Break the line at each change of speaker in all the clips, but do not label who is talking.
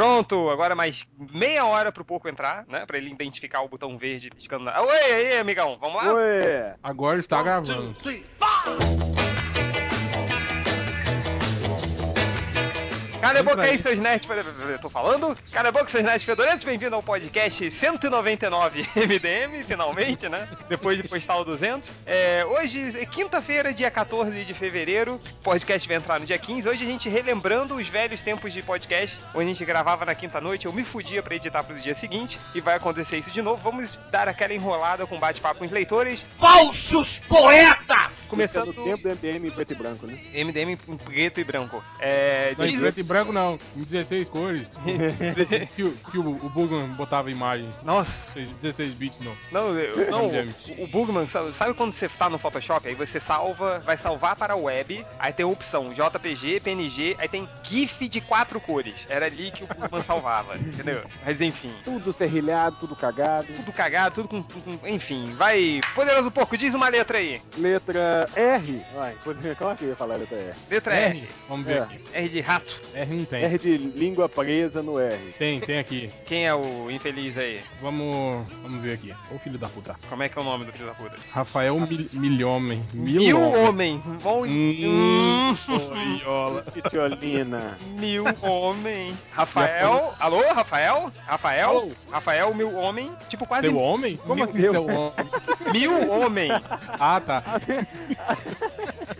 Pronto, agora mais meia hora pro porco entrar, né? Pra ele identificar o botão verde piscando na. Oi, aí, amigão, vamos lá?
Ué.
Agora está gravando.
Cala a
Vamos
boca aí,
aí.
seus nerds. Pera- pera- pera, Tô falando? Cala a boca, seus nerds fedorentos. Bem-vindo ao podcast 199 MDM, finalmente, né? Depois de postar o 200. É, hoje é quinta-feira, dia 14 de fevereiro. O podcast vai entrar no dia 15. Hoje a gente relembrando os velhos tempos de podcast, onde a gente gravava na quinta-noite. Eu me fudia pra editar pro dia seguinte. E vai acontecer isso de novo. Vamos dar aquela enrolada com bate-papo com os leitores.
falsos poetas!
Começando
Esse é do tempo do MDM em preto e branco, né?
MDM em preto e branco. É,
Não, em
diz-
preto e branco não, em 16 cores. que, o- que o, o Bugman botava imagem.
Nossa,
16 bits não.
Não, eu- não
Entendi.
o, o Bugman, sabe, sabe quando você tá no Photoshop, aí você salva, vai salvar para a web, aí tem a opção JPG, PNG, aí tem GIF de quatro cores. Era ali que o Bugman salvava, entendeu? Mas enfim,
Tudo serrilhado, tudo cagado.
tudo cagado, tudo com, com- enfim, vai, poderoso porco, diz uma letra aí.
Letra R. Vai, como é que eu ia falar a letra R?
Letra R.
Vamos ver
É.
aqui.
R de rato.
R não
É.
tem.
R de língua presa no R.
Tem, tem aqui.
Quem é o infeliz aí?
Vamos, vamos ver aqui. Ô filho da puta.
Como é que é o nome do filho da puta?
Rafael Mil, Milhomem.
Mil
Milhomem.
homem. Bom,
Hum,
hum,
Oriola.
Titiolina.
Mil homem. Rafael. Alô, Rafael? Rafael?
Alô?
Rafael, mil homem. Tipo, quase
Seu homem? Como
Meu
assim
Deus.
seu homem?
mil homem.
Ah, tá.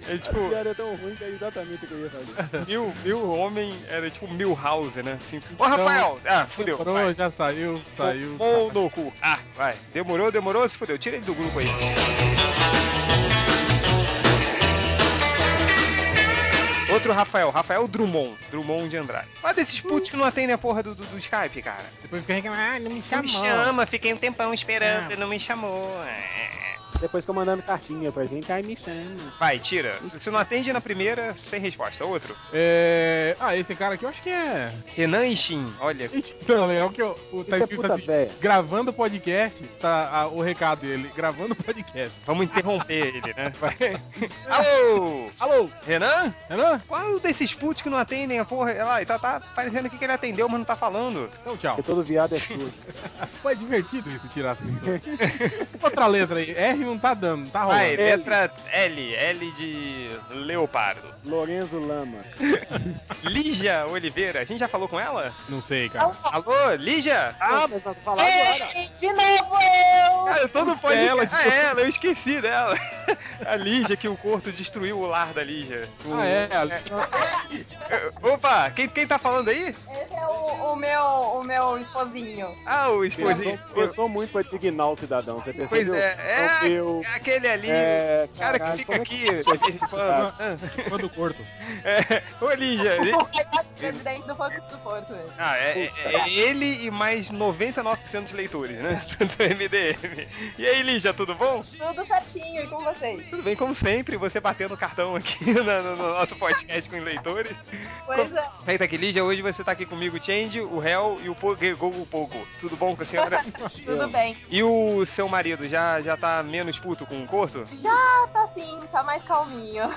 É
A
tipo,
piada é tão ruim que é exatamente o que eu ia fazer.
mil, mil homem era tipo mil house, né? Assim. Ô, Rafael! Ah, fudeu.
Então, Demorou,
vai.
já saiu, saiu.
Tomou no cu. Ah, vai. Demorou, demorou, se fudeu. Tira ele do grupo aí. Outro Rafael, Rafael Drummond, Drummond de Andrade. Mas desses putos que não atendem a porra do, do, do Skype, cara.
Depois fica reclamando, ah, não me
Não me chama, fiquei um tempão esperando,
Ah.
não me chamou. É.
Depois ficou mandando cartinha pra gente, aí me chama.
Vai, tira. Se se não atende na primeira, sem resposta. Outro.
É... Ah, esse cara aqui eu acho que é...
Renan Ishin, olha.
Então, legal que eu, o- tá
Isso é
escrito
puta
assim,
véia.
gravando podcast, tá a- o recado dele, gravando podcast.
Vamos interromper ele, né? Vai. Alô!
Alô,
Renan?
Renan?
Qual desses putos que não atendem a porra? Olha lá, e tá, tá parecendo aqui que ele atendeu, mas não tá falando.
Então, tchau.
Porque todo viado é sujo.
Foi divertido isso, tirar as pessoas. Outra letra aí, R não tá dando, tá rolando.
Vai,
L.
letra L. L de leopardo.
Lorenzo Lama.
Lígia Oliveira. A gente já falou com ela?
Não sei, cara.
Alô, Lígia?
Ah, mas nós vamos falar agora.
Ei, de novo eu!
Cara, todo
Putz, é ela de
Ah,
novo.
é ela, eu esqueci dela. A Lígia que o Corto destruiu o lar da Lígia. O-
Ah, é, a-
Opa, quem, quem tá falando aí?
Esse é o, o meu, o meu esposinho.
Ah,
é
o esposinho.
Pensou, pensou muito pra dignar o cidadão, você percebeu?
Pois é,
Então,
é,
eu-
aquele ali,
é,
o cara
caralho,
que fica
como é
aqui.
Fã- fã do corto.
É, ô Lígia, ele-
tá Presidente do Funk do Porto.
ah, é, é- é ele e mais 99% dos leitores, né? Do MDM. E aí, Lígia, tudo bom?
Tudo certinho, e com vocês?
Tudo bem, como sempre, você batendo cartão aqui na- no, no nosso podcast com os leitores.
Pois é,
Eita aqui, Lígia, hoje você tá aqui comigo, o Change, o Hel e o Google Pogo. Tudo bom com a senhora?
tudo bem.
E o seu marido já, já tá menos puto com o corto?
Já tá assim, tá mais calminho.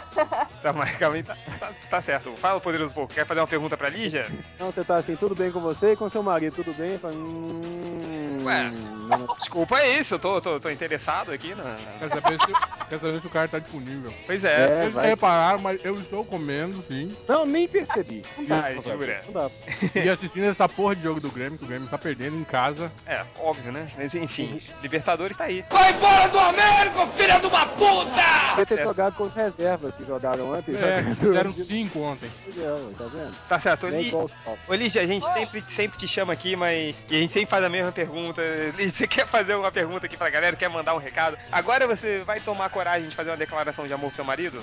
Tá, mas calma aí, tá, tá- tá certo. Fala, poderoso pouco. Quer fazer uma pergunta pra Lígia?
Não, você tá assim, tudo bem com você e com seu marido, tudo bem? Eu falo, hum,
Ué.
não, não.
Desculpa, é isso. Eu tô, tô, tô interessado aqui. Na... na-
Quero saber, se, quero saber se o cara tá disponível.
Pois é.
É,
Eles
vai.
repararam, mas eu estou comendo, sim.
Não, nem percebi. Não
Ah,
dá,
Ai, jura.
Não dá.
E assistindo essa porra de jogo do Grêmio, que o Grêmio tá perdendo em casa.
é, óbvio, né? Mas enfim, Libertadores tá aí.
Vai embora do Américo, filha de uma puta!
Podia ter
certo.
jogado com as reservas que jogaram antes.
É,
sabe?
fizeram 5 ontem.
Não, tá vendo?
Tá certo.
Nem
Li...
igual os pau.
Ô, Lígia, a gente
Oi.
sempre, sempre te chama aqui, mas. E a gente sempre faz a mesma pergunta. Lígia, você quer fazer uma pergunta aqui pra galera? Quer mandar um recado? Agora você vai tomar coragem de fazer uma declaração de amor pro seu marido?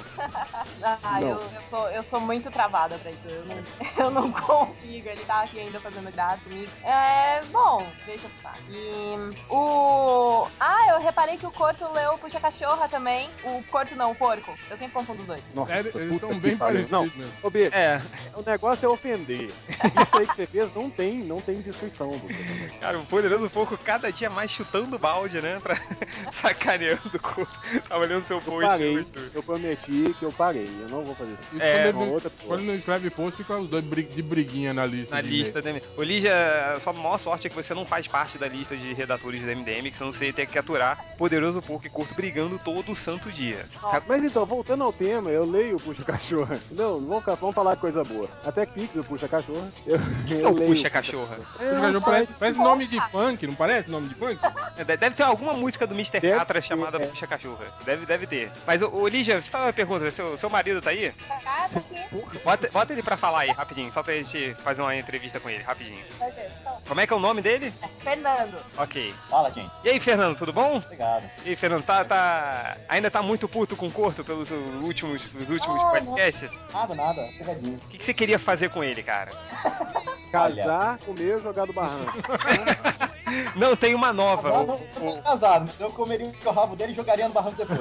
Ah,
Não.
eu, eu sou, eu sou muito travada pra isso. Eu não, eu não consigo. Ele tá aqui ainda fazendo graça comigo. É, bom, deixa eu falar. E o. Ah, eu reparei que o corto leu puxa cachorra também. O corto não, o porco. Eu sempre confundo os dois.
Nossa,
É, eles
puta
são
que
bem
pariu.
parecidos
Não,
mesmo.
ô bicho,
É.
o negócio é ofender. Isso aí que você fez não tem, não tem descrição. Lucas.
Cara, o poderoso porco cada dia mais chutando balde, né? Pra sacaneando o corpo. Tava olhando seu post.
Parei,
no YouTube.
eu prometi que eu parei, eu não vou fazer isso.
E
É,
quando,
uma
ele,
outra
quando
pessoa.
ele escreve post, fica os dois bri- de briguinha na lista.
Na
de
lista
e-mail.
do MDM. Ô, Lígia, a sua maior sorte é que você não faz parte da lista de redatores do MDM, que senão você ia ter que aturar poderoso porco e curto brigando todo santo dia.
Nossa.
Mas então, voltando ao tema, eu leio o Puxa Cachorra. Não, não vamos, ca- vamos falar de coisa boa. Até Pix do Puxa Cachorra. Eu, eu
Ô,
leio.
puxa, cachorra.
É,
Puxa,
mas
parece, parece nome de funk, não parece nome de funk?
É, de- Deve ter alguma música do Mr.
Deve
Catra
ter,
chamada
é.
Puxa Cachorra. Deve, deve ter. Mas, ô, ô Lígia, só uma pergunta: seu, seu marido tá aí?
Ah, tá aqui.
Bota, bota ele pra falar aí, rapidinho, só pra gente fazer uma entrevista com ele, rapidinho.
Vai ver, só.
Como é que é o nome dele?
Fernando.
Ok.
Fala, gente.
E aí, Fernando, tudo bom?
Obrigado.
E aí, Fernando, tá, tá- ainda tá muito puto com o Corto pelos uh, últimos, os últimos
Ah,
podcasts?
Nada, nada. Pegadinha.
O que, que você queria fazer com ele, cara?
Casar, comer, jogar do barranco.
Não, tem uma nova.
Casado,
O-
eu tô
o-
casado, mas eu comeria o rabo dele e jogaria no barranco depois.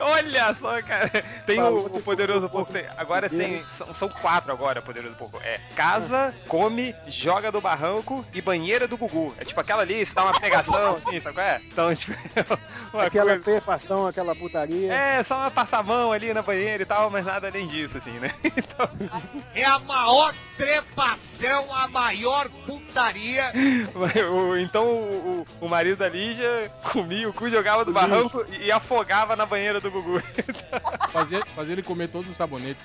Olha só, cara. Tem
Falou
o,
de
o Poderoso Porco. tem- Agora tem, são, são quatro agora, Poderoso Porco. É casa, come, joga do barranco e banheira do Gugu. É tipo aquela ali, você dá uma pegação, assim, sabe qual é? Então, tipo, uma
Aquela
coisa-
trepação, aquela putaria.
É, só uma passamão ali na banheira e tal, mas nada além disso, assim, né? Então,
É a maior trepação, a maior putaria.
o- então o, o- o marido da Lígia comia o cu, jogava do barranco e, e afogava na banheira do Gugu.
Fazer, fazer ele comer todos os sabonetes.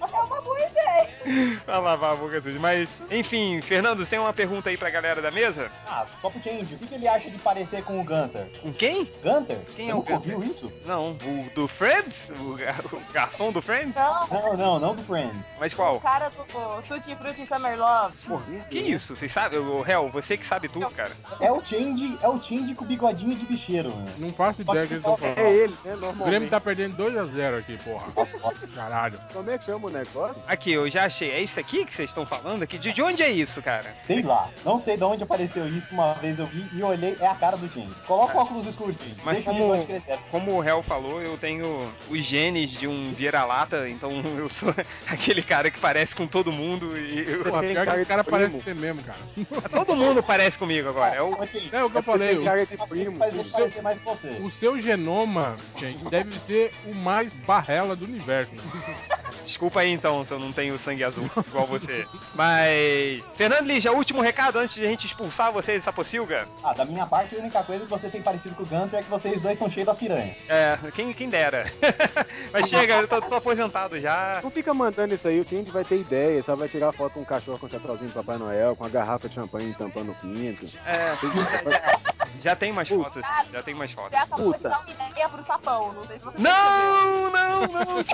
É uma boa ideia.
Pra lavar a boca suja. Mas, enfim, Fernando, você tem uma pergunta aí pra galera da mesa?
ah, Copo Change, o que, que ele acha de parecer com o Gunter?
Com quem?
Gunter?
Quem
Você
é o
nunca
Gunther?
ouviu isso?
Não, o do Friends? O, ga- o garçom do Friends?
Não,
Não, não, não do Friends.
Mas
o
qual?
cara do do Tutti Frutti Summer Love.
Que isso? Vocês sabem? O réu, você que sabe tudo, cara.
É o Change, é o Change com bigodinho de bicheiro, né? mano.
Não faço ideia do que eles estão falando.
É ele, né?
O
Normalmente.
Grêmio tá perdendo 2x0 aqui, porra. Caralho.
Como é que chama o negócio?
Aqui, eu já achei. É isso aqui que vocês estão falando aqui? De, de onde é isso, cara?
Sei lá, não sei de onde apareceu isso, que uma vez eu vi e olhei, é a cara do Change. Coloca o óculos escuro, Change.
Mas
Deixa o
como-
bigode crescer.
Como o réu falou, eu tenho os genes de um vira-lata, então eu sou aquele cara que parece com todo mundo e eu-
Porra,
tem
pior
cara
que
de
o cara
primo.
parece ser mesmo, cara.
Todo mundo parece comigo agora. É o-
Ô, Change,
É o que eu
Você tem
falei. o- um
cara de
uma coisa que
primo.
faz ele
o seu-
parecer mais com você.
O seu genoma, gente, deve ser o mais barrela do universo.
Desculpa aí então se eu não tenho sangue azul igual você. Mas. Fernando Lígia, último recado antes de a gente expulsar vocês dessa pocilga.
Ah, da minha parte, a única coisa que você tem parecido com o Gunter é que vocês dois são cheios das piranhas.
É, quem, quem dera. Mas chega, eu tô, tô aposentado já.
Não fica mandando isso aí, o Tindy vai ter ideia, só vai tirar foto com um cachorro com um chapéuzinho de Papai Noel, com a garrafa de champanhe tampando o pinto.
É, já tem mais fotos, assim, já tem mais
Você
fotos.
acabou de
Puta.
dar uma ideia pro sapão. Não sei se você percebeu.
Não, não, não.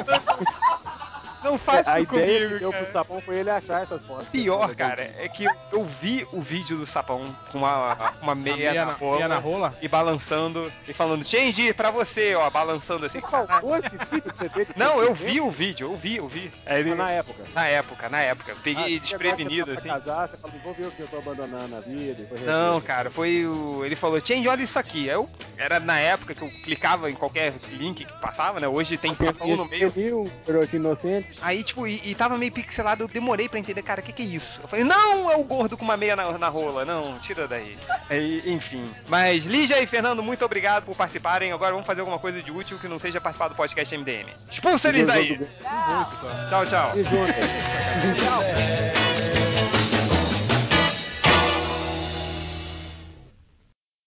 Não faz
a
isso
ideia que
comigo,
deu
cara.
pro sapão foi ele achar essas fotos.
Pior, cara, é que eu vi o vídeo do sapão com uma, uma
A
meia,
meia
na,
na,
boca
meia na rola?
e balançando e falando, change pra você, ó, balançando assim.
Você salvou esse tipo vídeo que você teve?
Não, eu vi o vídeo, eu vi, eu vi. Aí ele-
Na
Na
época.
época, na época. Eu
É, Ah,
Peguei
você
desprevenido,
gosta
assim.
de Casar, você fala, vou ver o que eu tô abandonando na vida. e foi
Não,
resolvido.
cara, foi o. Ele falou, Change, olha isso aqui. Eu era na época que eu clicava em qualquer link que passava, né? Hoje tem sapão no meio.
Você viu um garoto inocente?
Aí, tipo, e, e tava meio pixelado, eu demorei pra entender, cara, o que que é isso? Eu falei, não, é o gordo com uma meia na, na rola, não, tira daí. Aí, enfim. Mas, Lígia e Fernando, muito obrigado por participarem. Agora vamos fazer alguma coisa de útil que não seja participar do podcast MDM. Expulsa eles daí.
Não.
Tchau, tchau.
Se junta.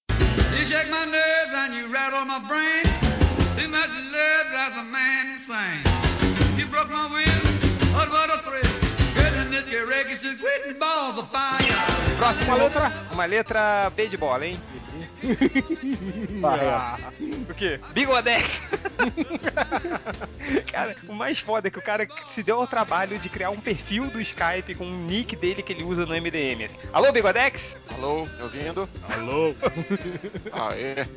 You shake my nerves and you rattle my brain. Too much love drives a man insane. You broke my will, oh what a thrill. Goodness, your records just quitting balls of fire.
Próxima letra. Uma letra B de bola, hein?
Ah,
O quê? Bigodex! cara, o mais foda é que o cara se deu ao trabalho de criar um perfil do Skype com o nick dele que ele usa no MDM. Alô, Bigodex?
Alô, me ouvindo?
Alô?
Ah, é.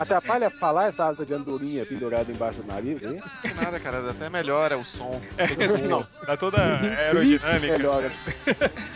Atrapalha falar essa asa de andorinha pendurada embaixo do nariz, hein?
Que nada, cara. Até melhora o som.
Não,
Tá toda aerodinâmica.
melhora.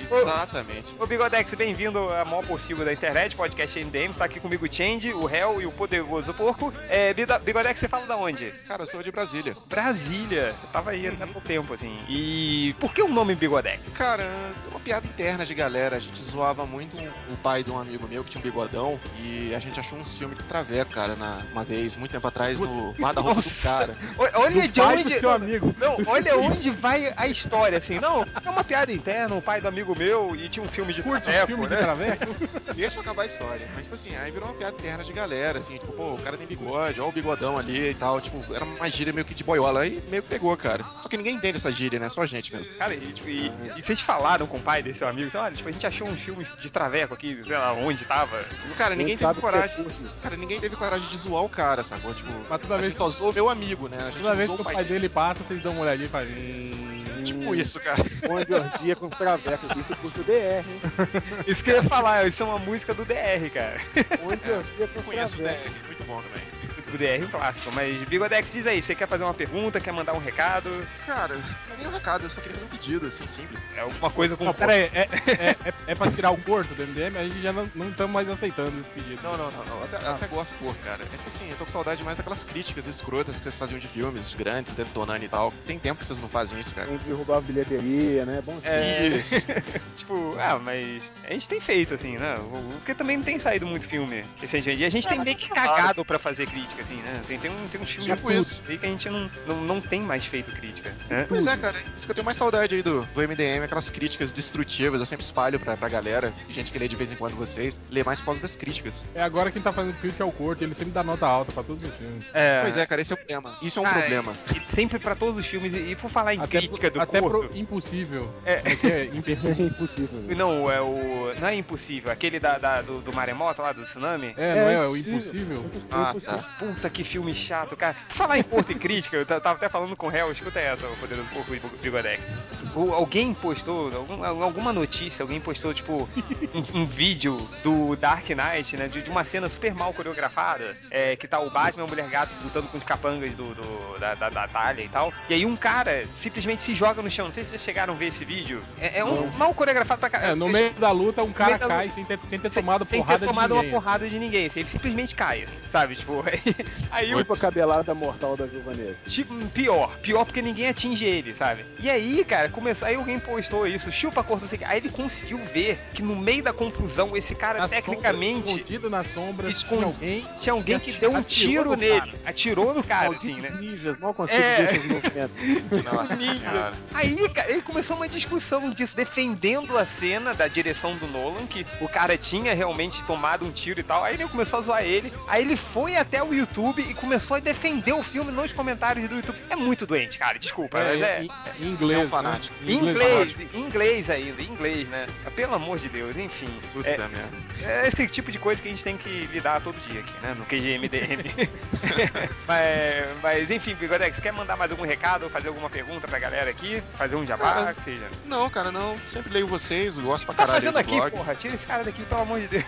Exatamente.
Ô Bigodex, bem-vindo a maior possível da internet, podcast MDM. Está aqui comigo o Change, o Hell e o Poderoso Porco. É, Bida- Bigodex, você fala da onde?
Cara, eu sou de Brasília.
Brasília. Eu tava aí até pouco tempo, assim. E por que o nome Bigodec?
Cara, é uma piada interna de galera. A gente zoava muito um- o pai de um amigo meu que tinha um bigodão e a gente achou um filme de traveco, cara, na, uma vez, muito tempo atrás, no guarda-roupa do
Nossa.
cara.
O- Olha
Do
é de
pai
onde.
do seu amigo.
Não, olha onde vai a história, assim. Não, é uma piada interna, o pai do amigo meu e tinha um filme de
Curte
traveco,
o filme
né?
de traveco?
Deixa eu acabar a história. Mas, tipo assim, aí virou uma piada interna de galera, assim, tipo, pô, o cara tem bigode, ó o bigodão ali e tal. Tipo, era uma gíria meio que de boiola aí, meio que pegou, cara. Só que ninguém entende essa gíria, né? Só a gente mesmo.
Cara, e, tipo, e- e vocês falaram com o pai desse seu amigo? assim, Olha, tipo, a gente achou uns filmes de traveco aqui, sei lá onde tava.
Cara, ninguém teve
sabe o que é
coragem.
curto.
Cara, ninguém teve coragem de zoar o cara, sacou? Tipo,
Mas toda
a
vez
gente só zoou meu amigo, né? A gente
Toda
não
vez
zoou
que o pai dele passa, vocês dão uma olhadinha e fazem. "Hum,
Tipo isso, cara.
Onde orgia com travecos, isso é custa o DR, hein?
Isso que eu ia falar, isso é uma música do DR, cara.
Onde orgia com
Eu É. conheço o
travecos.
DR, muito bom também.
Do DR um clássico. Mas, Bigodex, diz aí, você quer fazer uma pergunta, quer mandar um recado?
Cara, não é nem um recado, eu só queria fazer um pedido, assim, simples.
É alguma coisa com
Não, pera aí, é, é, é, é pra tirar o corpo do MDM? A gente já não estamos mais aceitando esse pedido.
Não, não, não, não. Até, até gosto de cor, cara. É tipo assim, eu tô com saudade mais daquelas críticas escrotas que vocês faziam de filmes grandes, detonando e tal. Tem tempo que vocês não fazem isso, cara.
Onde derrubava bilheteria, né? Bom dia.
É,
Isso.
tipo, ah, mas a gente tem feito, assim, né? O- Porque também não tem saído muito filme recentemente. E a gente tem meio que cagado pra fazer crítica, assim, né? Tem, tem, um, tem uns filmes
Tipo isso.
aí que a gente não, não, não tem mais feito crítica, né?
Pois é, cara. Isso que eu tenho mais saudade aí do, do MDM, aquelas críticas destrutivas. Eu sempre espalho pra, pra galera, gente que lê de vez em quando vocês, lê mais por causa das críticas.
É agora quem tá fazendo crítica é o corto, ele sempre dá nota alta pra todos os filmes.
É,
Pois é, cara, esse é o problema. Isso é um
Ah,
problema.
E sempre pra todos os filmes. E e por falar em
Até,
crítica do
pro, até
corpo.
pro impossível.
É.
Como é que é? Impossível.
É impossível. né?
Não, é o. Não é impossível. Aquele da, da- do, do maremoto lá, do tsunami.
É, não é,
É
o impossível.
Ah, tá.
Puta que filme chato, cara. Por Falar em corpo e crítica, eu ta- tava até falando com o réu, escuta essa, o poderoso porco e bigodec. O- Alguém postou, algum- alguma notícia, alguém postou, tipo, um, um vídeo do Dark Knight, né? De, de uma cena super mal coreografada, é, que tá o Batman e a mulher gato lutando com os capangas do, do- da, da, da talha e tal. E aí um cara simplesmente se joga no chão. Não sei se vocês chegaram a ver esse vídeo. É, é um mal coreografado pra caralho.
É, no meio da luta um cara
meio da
cai sem ter, sem ter
Sem-
tomado
sem
porrada
ter tomado
de ninguém.
uma porrada de ninguém, assim, ele simplesmente cai, assim, sabe? Tipo, aí,
É.
aí o
Tipo a cabelada mortal da Viúva Negra.
Tipo, pior, pior porque ninguém atinge ele, sabe? E aí, cara, começou, aí alguém postou isso, chupa a cor, não sei o que. Aí ele conseguiu ver que no meio da confusão, esse cara
Na sombra,
tecnicamente
escondido na sombra,
Escondido.
tinha alguém.
tinha alguém que deu um
Atirou
tiro
no
nele, atirou no cara,
Maldito
assim, né?
ninjas, mal consigo
É.
ver seus movimentos.
Nossa
Ninja.
senhora.
Aí, cara, ele começou uma discussão disso, defendendo a cena da direção do Nolan, que o cara tinha realmente tomado um tiro e tal. Aí ele começou a zoar ele. Aí ele foi até o YouTube e começou a defender o filme nos comentários do YouTube. É muito doente, cara, desculpa, mas é.
É, em, em inglês.
É um fanático.
né?
Em Inglês, em inglês ainda, em inglês, né? Pelo amor de Deus, enfim.
Puta
É,
merda.
é esse tipo de coisa que a gente tem que lidar todo dia aqui, né? No QGMDM. mas, mas, enfim, Bigodex, quer mandar mais algum recado, fazer alguma pergunta pra galera aqui? Fazer um jabá,
Cara,
que seja.
Não, cara, não. Sempre leio vocês, eu gosto
O que você tá
Ah, pra caralho
fazendo
do
aqui,
blog.
porra? Tira esse cara daqui, pelo amor de Deus.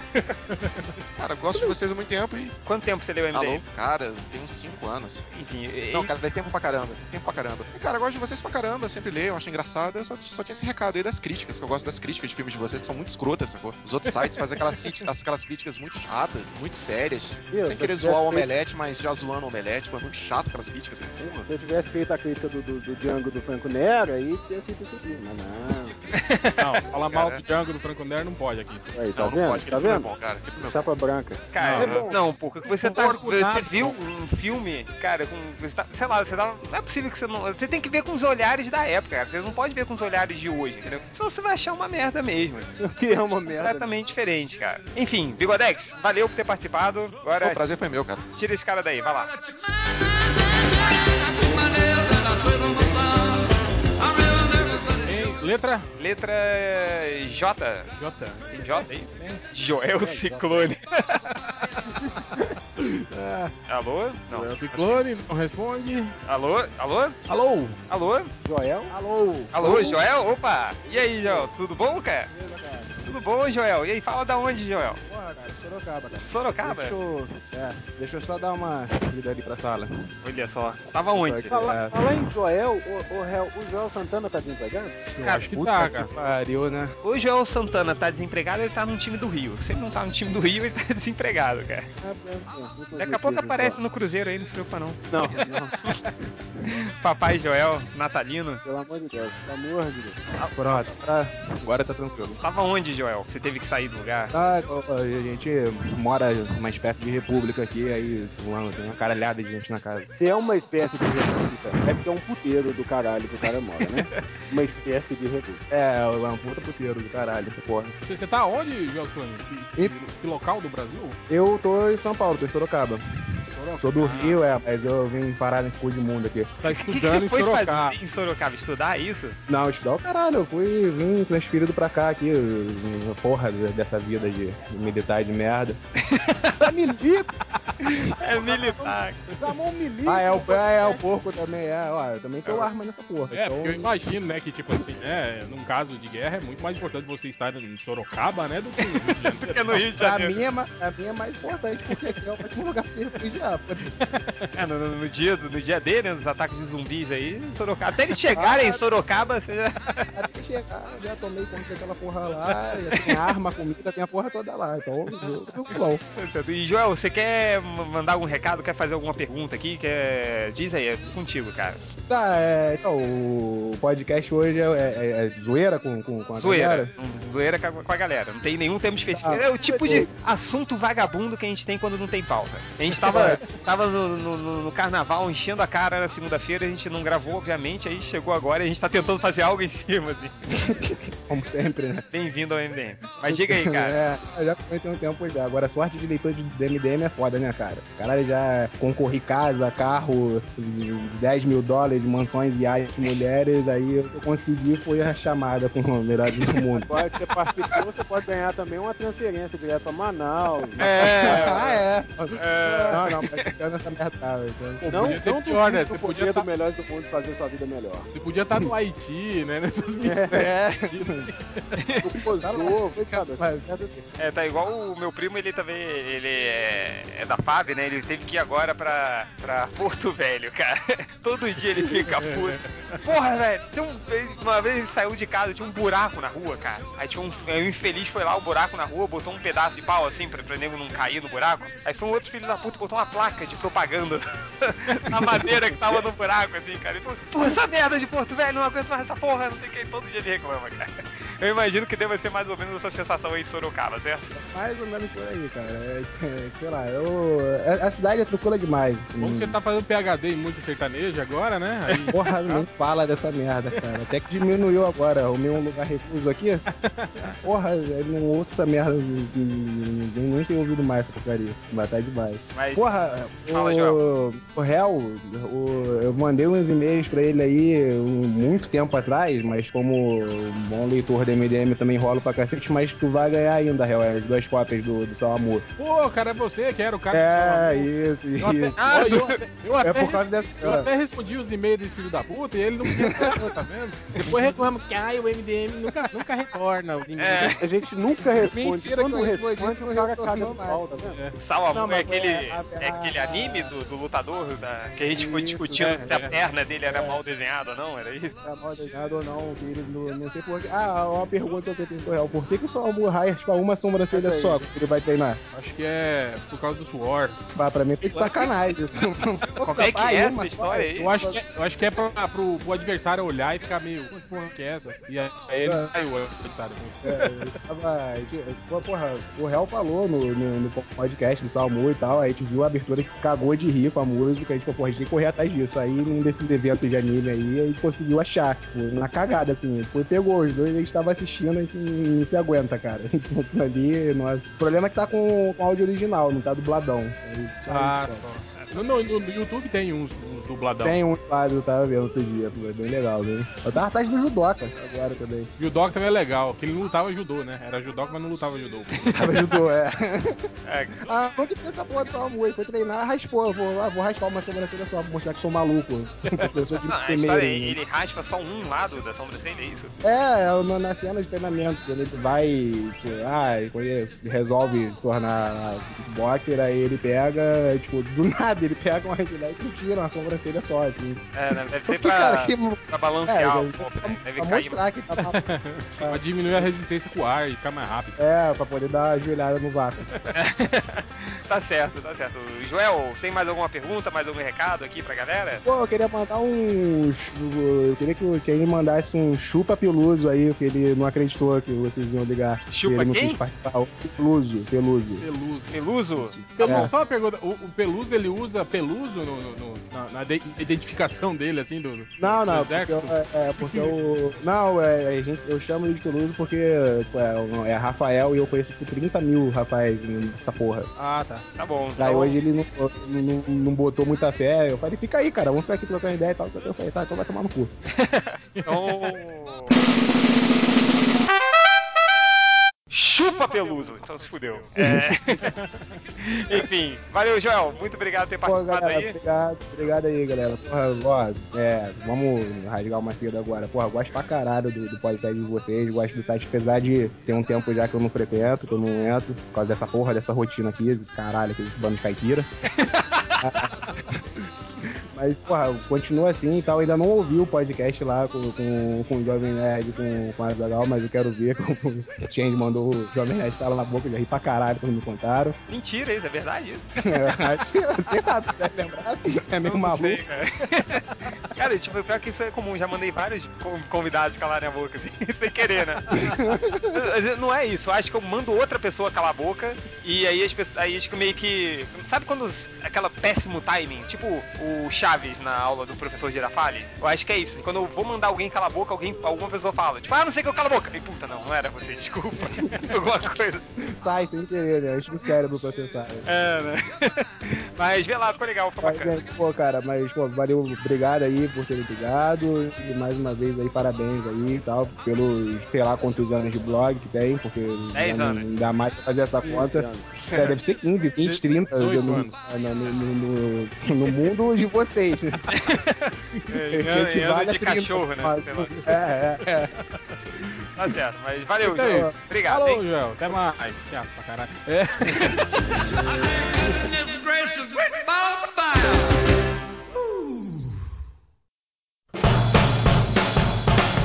Cara, eu gosto de vocês há muito tempo e.
Quanto tempo você leu o MDM?
Tá louco? Cara, tem uns 5 anos.
Enfim, é
Não,
isso-
cara, tem tempo pra caramba. tem Tempo pra caramba. E, cara, eu gosto de vocês pra caramba, sempre leio, eu acho engraçado. Eu só, só tinha esse recado aí das críticas, que eu gosto das críticas de filmes de vocês, que são muito escrotas, sacou? Os outros sites fazem aquelas, crit- as- aquelas críticas muito chatas, muito sérias,
Meu,
sem querer
você
zoar o
já fez-
omelete, mas já zoando o omelete. Pô, é muito chato aquelas críticas, cara. Porra.
Se eu tivesse feito a crítica do, do, do Django do Franco Nero, aí teria sido isso aqui. Mas não.
Não, falar mal
Cara.
do Django do Franco Nero não pode aqui.
Aí, tá
não,
vendo?
não pode, aquele
tá
filme é
vendo?
bom, cara. Aquele filme é bom.
Chapa branca.
Cara,
Não, né?
não,
não.
porque você tá.
Porco
Você
nada.
viu um filme, cara, com. Você tá, sei lá, você tá. Não é possível que você não. Você tem que ver com os olhares da época, cara. Você não pode ver com os olhares de hoje, entendeu? Senão você vai achar uma merda mesmo.
O que é uma merda.
Completamente diferente, cara. Enfim, Bigodex, valeu por ter participado.
Tá
Agora
Pô, o prazer foi meu, cara.
tira esse cara daí, vai lá.
Ei, letra
Letra J.
J.
Tem J aí?
É,
Joel Ciclone. Alô?
É
Não.
Não. Ciclone, não responde.
Alô? Alô?
Alô?
Alô?
Joel? Alô?
Alô, Joel? Opa! E aí, Joel? Tudo bom, cara? Tudo bom, Joel? E aí, fala da onde, Joel?
Porra, cara, Sorocaba, cara.
Sorocaba?
Deixa eu, é, deixa eu só dar uma ida ali pra sala.
Olha só, tava onde?
É,
Fala, fala em Joel, o, o, Hel- o Joel Santana tá vindo pra cá?
Eu acho que
Puta
tá,
que
cara.
pariu, né?
O Joel Santana tá desempregado, ele tá num time do Rio. Se ele não tá no time do Rio, ele tá desempregado, cara. Daqui a pouco
então.
aparece no Cruzeiro aí, não se preocupa não.
um-
Não, não,
Papai Joel, natalino.
pelo amor de Deus, pelo amor de Deus.
Pronto, tá, agora tá tranquilo.
Você tava onde, Joel? Você teve que sair do lugar?
Ah, a gente mora numa espécie de república aqui, aí mano, tem uma caralhada de gente na casa.
Se é uma espécie de república, é porque é um puteiro do caralho que o cara mora, né? Uma espécie de república.
É, é um puta puteiro do caralho, essa porra.
Você, você tá onde, Jorge Flamengo? Que, que- que local do Brasil?
Eu tô em São Paulo, tô em Sorocaba. Sou do Rio, é, mas eu vim parar nesse cu de mundo aqui.
Tá
O que, que
estudando
você
em
foi
Sorocaba.
fazer em Sorocaba? Estudar é isso?
Não, estudar o caralho, eu fui vim transferido pra cá aqui, eh, porra de- dessa vida de militar de merda.
É militar.
Ah, é o, é, é o porco também, é, ó, eu também tô arma nessa porra.
É, porque eu
então,
imagino, né, que tipo assim, né, num caso de guerra é muito mais importante você estar em Sorocaba, né, do que no Rio de Janeiro.
Porque no Rio de
pra
Janeiro.
mim, é, ma- pra mim é mais importante, porque aqui é o último lugar que se refugiar.
É, no, no- no dia, do- no dia dele, né, nos ataques de zumbis aí, Sorocaba. Até eles chegarem em Sorocaba, você já...
Até chegar, já tomei conta daquela porra lá, já tem arma, comida, tem a porra toda lá. Então, eu, eu, bom.
E Joel, você quer ma- mandar algum recado? Quer fazer alguma pergunta aqui? Quer... Diz aí, é contigo, cara.
Tá, é, então, o podcast hoje é, é- é zoeira com, com, com a
Zoeira.
galera?
Hum, Zoeira com a, com a galera. Não tem nenhum tema específico.
Ah,
é o tipo de assunto vagabundo que a gente tem quando não tem pauta. A gente
É.
tava, tava no, no- no- no carnaval enchendo a cara na segunda-feira, a gente não gravou, obviamente, aí chegou agora e a gente tá tentando fazer algo em cima, assim.
Como sempre, né?
Bem-vindo ao MDM. Mas diga aí, cara.
É, eu já comentei um tempo, pois é. Agora, sorte de leitor de MDM é foda, né, cara? Caralho, já concorri casa, carro, 10 mil dólares, mansões, viagens, mulheres. Aí eu consegui, foi a chamada com o melhor do mundo.
Agora que você participou, você pode ganhar também uma transferência direto pra Manaus.
ah,
É,
é.
É.
Não, não, mas ficando essa merda. tava, então.
Pô,
Não,
podia ser
não
pior, né?
Você
Você
poder
podia tá-
do melhor do mundo fazer sua vida melhor.
Você podia estar no Haiti, né, nessas
É.
missões.
O Kosovo,
Tá
sabe?
Mas-
é, tá igual o meu primo, ele também, ele é, é da FAB, né? Ele teve que ir agora pra, pra Porto Velho, cara. Todo dia ele fica puto. Porra, velho, tem um- ele- uma vez ele saiu de casa, tinha um buraco na rua, cara. Aí tinha um, aí um infeliz foi lá, o buraco na rua, botou um pedaço de pau assim pra, pra nego não cair no buraco. Aí foi um outro filho da puta e botou uma placa de propaganda na madeira que tava no buraco, assim, cara. Ele falou, porra, essa merda de Porto Velho, não aguento mais essa porra, não sei o que, todo dia ele reclama, cara. Eu imagino que deva ser mais ou menos essa sensação aí em Sorocaba, certo?
Mais ou menos por aí, cara. É, é, sei lá, eu, a, a cidade é tranquila demais.
Bom que você
Hum.
tá fazendo PHD em música sertaneja agora, né? Aí,
Porra, não fala dessa merda, cara. Até que diminuiu agora. O meu lugar refuso aqui. Porra, eu não ouço essa merda. Ninguém nem tem ouvido mais essa porcaria. Mas tá demais.
Mas
Porra,
Fala,
o, o réu, o- eu mandei uns e-mails pra ele aí um- muito tempo atrás, mas como um bom leitor da MDM também rolo pra cacete, mas tu vai ganhar ainda, réu, as duas cópias do, do seu amor.
Pô, cara, é você que era o cara
É,
que
isso,
eu até,
isso.
ah, eu até, eu
É
até
por causa dessa.
Eu até respondi os e-mails desse filho da puta e ele não me respondeu, tá vendo? Depois reclama que ai, o MDM nunca, nunca retorna os e-mails.
É.
A gente nunca responde.
Mentira
Quando
que eu
responde,
respondi,
o cara
não
caga de
mais.
pau, tá vendo?
Salamon
Não,
é
mas
aquele,
é a-
é aquele
a-
anime do, do lutador da- que a gente foi
Isso,
discutindo
né?
se a perna dele era mal desenhada ou não, era isso?
tá mal desenhado ou não, que ele não, não sei porquê. Ah, uma pergunta que eu tenho pro réu. Por que, que o seu amor raia pra uma sobrancelha só que ele vai treinar?
Acho que é por causa do suor.
Fala pra mim, foi de sacanagem.
Como é que
Ah,
é
uma
essa
só?
história aí?
Eu acho que é, eu acho que é pra, pro, pro adversário olhar e ficar meio, "Pô, que porra que é essa? E aí ele saiu o adversário.
É, eu tava- eu- porra, o réu falou no, no, no podcast do Salmo e tal, aí a gente viu a abertura que se cagou de rir com a música, a gente falou, porra, a gente tem que correr atrás disso. Aí num desses eventos de anime aí, a gente conseguiu achar, tipo, na cagada, assim, foi, pegou os dois, a gente tava assistindo, a gente não, não se aguenta, cara. Tipo, Aquilo ali, não é- O problema é que tá com, com áudio original, não tá dubladão. Aí,
Ah,
só.
só. No, no- no- no YouTube tem uns, uns dubladão.
Tem um Fábio, eu tava vendo outro dia, pô, é bem legal, né? Eu tava atrás do Judoca agora também.
Judoca também é legal, que ele não lutava judô, né? Era judoca, mas não lutava judô.
Tava judô, é.
É,
Ah, onde tem essa porra de sua mãe? Foi treinar, raspou. Vou, ah, vou raspar uma semana toda só pra mostrar que sou um maluco. Professor de
não, Ah, a história, ele,
temeiro.
ele raspa só um lado da sobrancelha, é isso?
É, é uma- na cena de treinamento, quando ele vai, tipo, ah, quando ele resolve tornar boxer, aí ele pega, tipo, do nada, ele pega uma rebilete e tira uma sobrancelha só, assim.
É, né, deve ser
Porque,
pra,
cara, que...
pra balancear
é,
o golpe, né? Deve
Pra
cair.
mostrar que tá
Pra diminuir a resistência com o ar e ficar mais rápido.
É, pra poder dar uma ajoelhada no vácuo.
tá certo, tá certo. Joel, tem mais alguma pergunta, mais algum recado aqui pra galera?
Pô, eu queria mandar um. chu- Eu queria que o Kenny mandasse um chupa piluso aí, porque ele não acreditou que vocês iam ligar. que
Chupa
ele não
quem?
quis participar. O Peluso, Peluso.
Peluso.
Iluso?
Peluso,
É.
só uma pergunta. O, o Peluso, ele usa Peluso no- no- no- na, na de- identificação dele, assim, do...
Não, não,
Do
porque, eu-
exército?
é, é, porque eu. Não, é, a gente, eu chamo ele de Peluso porque é, é Rafael e eu conheço tipo 30 mil Rafaéis nessa porra.
Ah, tá.
Tá bom.
Aí
então-
hoje ele não, não, não botou muita fé. Eu falei, fica aí, cara, vamos ficar aqui trocando ideia e tal. Eu falei, tá, então vai tomar no cu.
Então. Chupa Peluso! Então se fudeu. É. Enfim, valeu, Joel. Muito obrigado por ter
Pô,
participado
galera,
aí.
obrigado, obrigado aí, galera. Porra, ó, é, vamos rasgar uma cedo agora. Porra, eu gosto pra caralho do, do podcast de vocês, gosto do site, apesar de ter um tempo já que eu não frequento, que eu não entro, por causa dessa porra, dessa rotina aqui, do caralho, aquele bando de caipira. Mas, porra, continua assim e tal. Ainda não ouvi o podcast lá com, com, com o Jovem Nerd, com, com a Zagal, mas eu quero ver como o Change mandou o Jovem Nerd estar lá na boca, eu já ri pra caralho quando me contaram.
Mentira, isso é verdade? Isso?
Acho que sei lá, tu deve lembrar. É meio
Eu não
maluco.
sei, cara. cara, tipo, pior que isso é comum. Já mandei vários con- convidados calarem a boca, assim, sem querer, né? Às vezes Não é isso. Eu acho que eu mando outra pessoa calar a boca e aí as pessoas. Aí acho que meio que. Sabe quando. os- Aquela péssimo timing? Tipo o Chaves na aula do professor Girafale? Eu acho que é isso. Quando eu vou mandar alguém calar a boca, alguém, alguma pessoa fala. Tipo, ah, não sei o que eu cala a boca. E puta, não, não era você, desculpa. alguma coisa.
sai sem querer, né? Acho que o cérebro processar. né?
É, né? Mas vê lá, ficou legal, foi
Mas,
bacana.
né, pô, cara, mas, pô, valeu, obrigado aí por terem ligado. E mais uma vez aí, parabéns aí e tal, pelos, sei lá quantos anos de blog que tem, porque
10
já não-
anos.
ainda mais pra fazer essa conta. É, deve ser 15, 20, 30
18
no,
anos.
é, no- no- no- no mundo de vocês, né?
É, em ano- em ano de cachorro, né? Sei lá.
É, é, é.
Tá certo, mas valeu,
Então é
João.
isso.
Obrigado, hein?
Falou, Joel. Até mais. Chato pra caralho. É.
Goodness gracious, great balls of fire.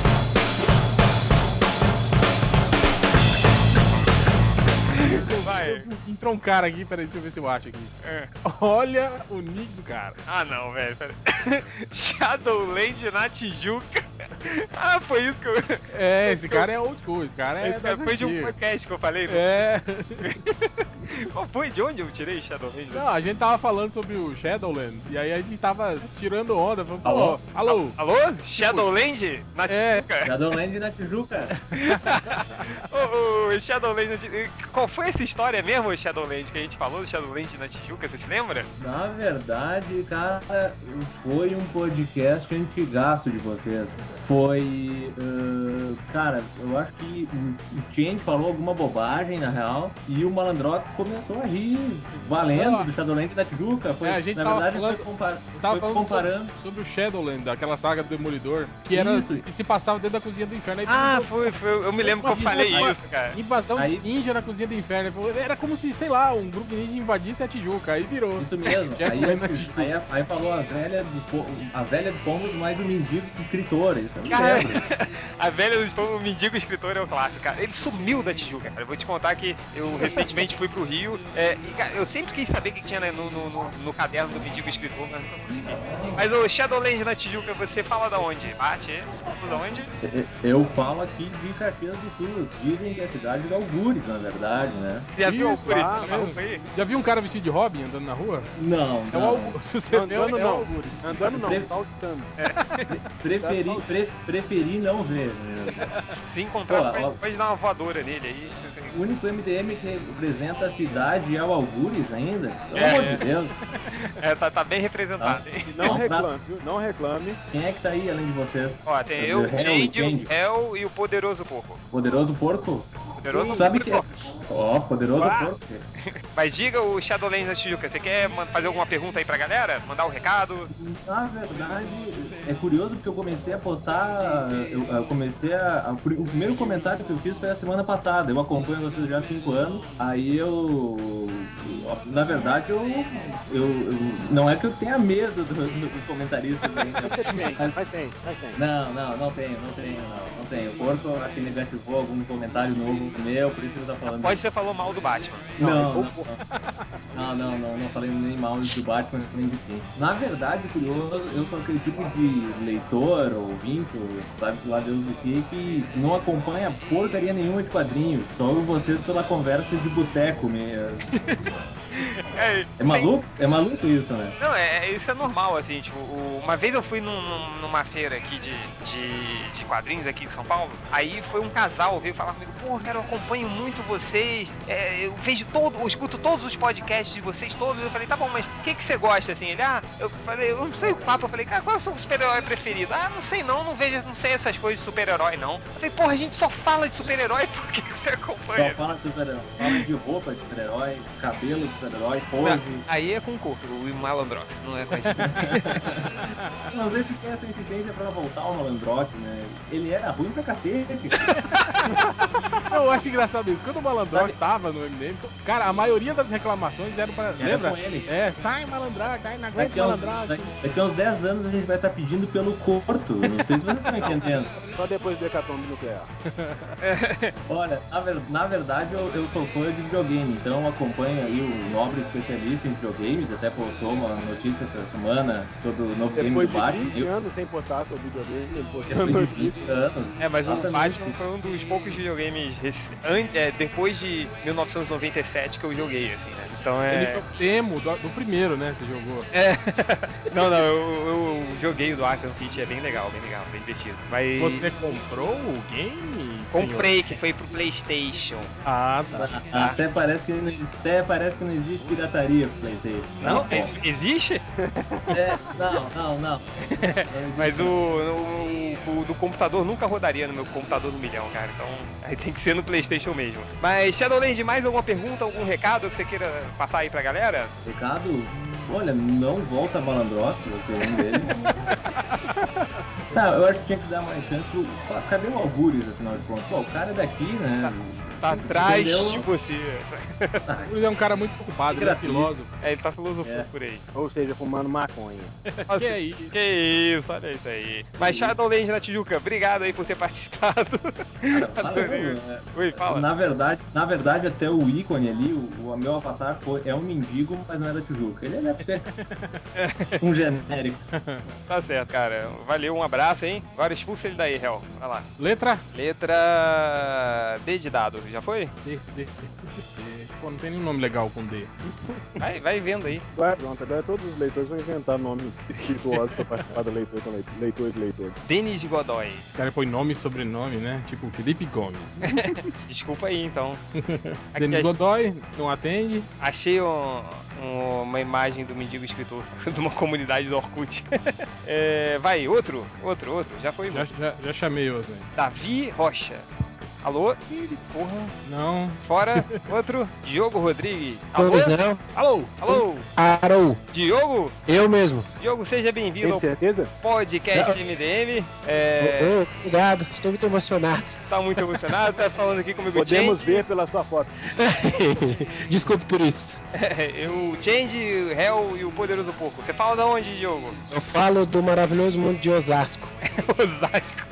Vai.
Entrou um cara aqui, peraí, deixa eu ver se eu acho aqui.
É.
Olha o nick do cara.
Ah, não, velho. pera- Shadowland na Tijuca. Ah, foi isso que eu.
É, esse cara é old school, esse cara é.
Esse cara
das
foi de um
antigas.
podcast que eu falei, né?
É.
Qual foi? De onde eu tirei Shadowland?
Não, a gente tava falando sobre o Shadowland, e aí a gente tava tirando onda, falando, pô,
Alô?
alô.
Alô? Shadowland? Na
É.
Tijuca?
Shadowland um na Tijuca.
Ô, ô, Shadowland na Tijuca. Qual foi essa história mesmo, Shadowland, que a gente falou do Shadowland na Tijuca? Você se lembra?
Na verdade, cara, foi um podcast antigaço de vocês. Foi. ah, cara, eu acho que o o Chen falou alguma bobagem, na real, e o Malandrox começou a rir valendo
Não,
do Shadowland da Tijuca. Foi,
é, a gente
na
tava
verdade,
falando-
foi, compar...
Tava
foi
falando
comparando.
sobre, sobre o Shadowland, aquela saga do Demolidor, que era
Isso.
que se passava dentro da cozinha do inferno. Aí
Ah,
tudo-
foi, foi. Eu me lembro que eu falei isso, cara.
Invasão
Aí-
ninja na cozinha do inferno. Ele falou, Era como se, sei lá, um grupo de ninja invadisse a Tijuca. Aí virou.
Isso mesmo.
Já
aí, assim,
foi na Tijuca.
aí, aí falou a velha do po- a velha dos pombos, mas o mendigo dos escritores. Eu me
Cara,
lembro.
a velha do o mendigo escritor é o clássico, cara. Ele sumiu da Tijuca, cara. Eu vou te contar que eu recentemente fui pro Rio. é, e, cara, eu sempre quis saber o que tinha né, no, no, no- no caderno do mendigo escritor, mas não consegui. Mas o Shadowland na Tijuca, você fala da onde? Bate, você fala da onde?
Eu falo aqui de Caxias do Sul. Dizem que é a cidade de Algures, na verdade, né?
Você já viu
Isso,
algures
ah,
tá maluco
mesmo.
aí?
Já viu um cara vestido de Robin andando na rua?
Não,
É o
não.
Augusto. Se você vê,
Andando
é o
não.
Augusto.
Andando não, saltando.
Preferi, pre- preferi não ver. né?
Se encontrar,
Pô,
pode,
ó.
pode dar uma voadora nele aí. se- se-
O único MDM que representa
cidade é o Algures ainda? Pelo
É,
amor
é.
de Deus.
É, tá, tá bem representado, hein?
Não reclame,
viu? Não reclame.
Quem é que tá aí além de vocês?
Ó, tem
É
eu,
o
o Change,
Change.
o El e o Poderoso Porco.
Poderoso Porco?
Poderoso
Sabe que...
Porco.
Ó, Poderoso
Ah.
Porco.
Mas diga o Shadowlands da Tijuca, você quer man- fazer alguma pergunta aí pra galera? Mandar um recado?
Na verdade, é curioso porque eu comecei a postar. Eu, eu comecei a, a- O primeiro comentário que eu fiz foi a semana passada. Eu acompanho vocês já há 5 anos. Aí eu. Na verdade, eu, eu, eu- Não é que eu tenha medo do- do- dos comentaristas ainda. mas-
Mas tem, mas tem.
não, não, não tenho, não tenho, não, não tenho. O Porco, eu acho que negativou algum comentário novo meu, por isso que ele tá falando.
Pode ser falou mal do Batman.
Não, não, não, não, não, não falei nem mal do Batman nem de quem. Na verdade, curioso, eu sou aquele tipo de leitor, ouvinte, ou sabe-se lá Deus o que, que não acompanha porcaria nenhuma de quadrinho. Só ouve vocês pela conversa de boteco mesmo.
É,
É maluco? É maluco isso, né?
Não, é, é- isso é normal, assim, tipo, o- uma vez eu fui num- num- numa feira aqui de, de, de quadrinhos aqui em São Paulo, aí foi um casal, veio falar comigo, pô, cara, eu acompanho muito vocês, é, eu vejo todo, eu escuto todos os podcasts de vocês todos, eu falei, tá bom, mas o que que você gosta, assim, ele, ah, eu falei, eu não sei o papo, eu falei, cara, qual é o seu super-herói preferido? Ah, não sei não, não vejo, não sei essas coisas de super-herói, não. Eu falei, porra, a gente só fala de super-herói, por que você acompanha?
Só fala de super-herói, fala de roupa de super-herói, cabelo de super-herói,
Não,
pose.
Aí é com o Kurt, o Malandrox, não é com a gente.
Mas ele tem essa insistência pra voltar ao malandrote, né? Ele era ruim pra cacete.
Eu acho engraçado isso. Quando o Malandrox estava no MDM, cara, a maioria das reclamações eram pra. lembra?
com ele. né?
É, sai malandragem, ai, não aguento
Daqui a, uns,
malandragem.
daqui- daqui a uns 10 anos a gente vai estar pedindo pelo corto. Não sei se vocês estão entendendo.
Só depois do hecatombe nuclear.
Olha, na, ver- na verdade eu, eu sou fã de videogame, então eu acompanho aí o nobre especialista em videogames, até postou uma notícia essa semana sobre o novo game
Depois
do
de
Batman.
20
Eu,
anos sem postar seu videogame, ele postou
depois
uma
de
notícia.
20 anos.
É, mas o
Exatamente.
Batman foi um dos poucos videogames rec- an- é, depois de 1997 que eu joguei, assim, né? Então
Ele
é.
foi o demo do, do primeiro, né? Você jogou.
é... não, não, eu, eu joguei o do Arkham City, é bem legal, bem legal, bem divertido. Mas.
Você comprou o game?
comprei,
senhor?
que foi pro PlayStation.
Ah, tá.
Até parece, que não, até parece que não existe pirataria pro PlayStation.
Não,
Bom,
ex- existe?
é, não, não, não. Não
Mas
existe.
o, o, o do computador nunca rodaria no meu computador do milhão, cara. Então aí tem que ser no PlayStation mesmo. Mas Shadowland, mais alguma pergunta, algum recado que você queira passar aí pra galera?
Recado, olha, não volta a Malandrox, eu sou um dele. Não, eu acho que tinha que dar mais chance pro. Pá, Cadê o Algures, afinal de contas? Pô, o cara é daqui, né?
Tá atrás
Entendeu?
de você.
Ah,
Ele é um cara muito ocupado, ele é
Gratuito.
filósofo.
É, ele tá filosofando
É.
por aí.
Ou seja, fumando maconha.
Nossa,
Que é aí?
Que isso, olha isso aí. Mas Shadowlands na Tijuca, obrigado aí por ter participado.
fala,
Adorei.
né?
Oi, fala.
Na verdade, na verdade, até o ícone ali, o, o meu avatar foi, é um mendigo, mas não é da Tijuca. Ele deve ser um genérico.
Tá certo, cara. Valeu, um abraço, hein? Agora expulsa ele daí, Hel. Vai lá.
Letra?
Letra D de dado, já foi?
D, D, D, D. Pô, não tem nenhum nome legal com D.
Vai, vai vendo aí.
Vai, pronto, agora tá todos os leitores vão inventar nomes espirituosos pra participar da leitura com leitor, leitores e leitores.
Denis Godoy.
Esse cara põe nome e sobrenome, né? Tipo Felipe Gomes.
Desculpa aí, então. Aqui, é
Denis
ach-
Godoy, não atende.
Achei um- um- uma imagem do mendigo escritor de uma comunidade do Orkut. É, vai, outro, outro, outro. Já foi.
Já, já, já chamei outro. né? aí.
Davi Rocha. Alô? Ih, Porra.
Não.
Fora. Outro. Diogo Rodrigues. Alô? Alô? Alô?
Arou,
Diogo?
eu mesmo.
Diogo, seja bem-vindo
Tem
ao
certeza?
podcast MDM. É,
é- Ô, ô, obrigado, estou muito emocionado.
você tá muito emocionado, tá falando aqui comigo
Podemos
Change.
ver pela sua foto.
Desculpe por isso.
É, o Change, o Hell e o Poderoso Porco. Você fala da onde, Diogo?
Eu falo do maravilhoso mundo de Osasco.
Osasco.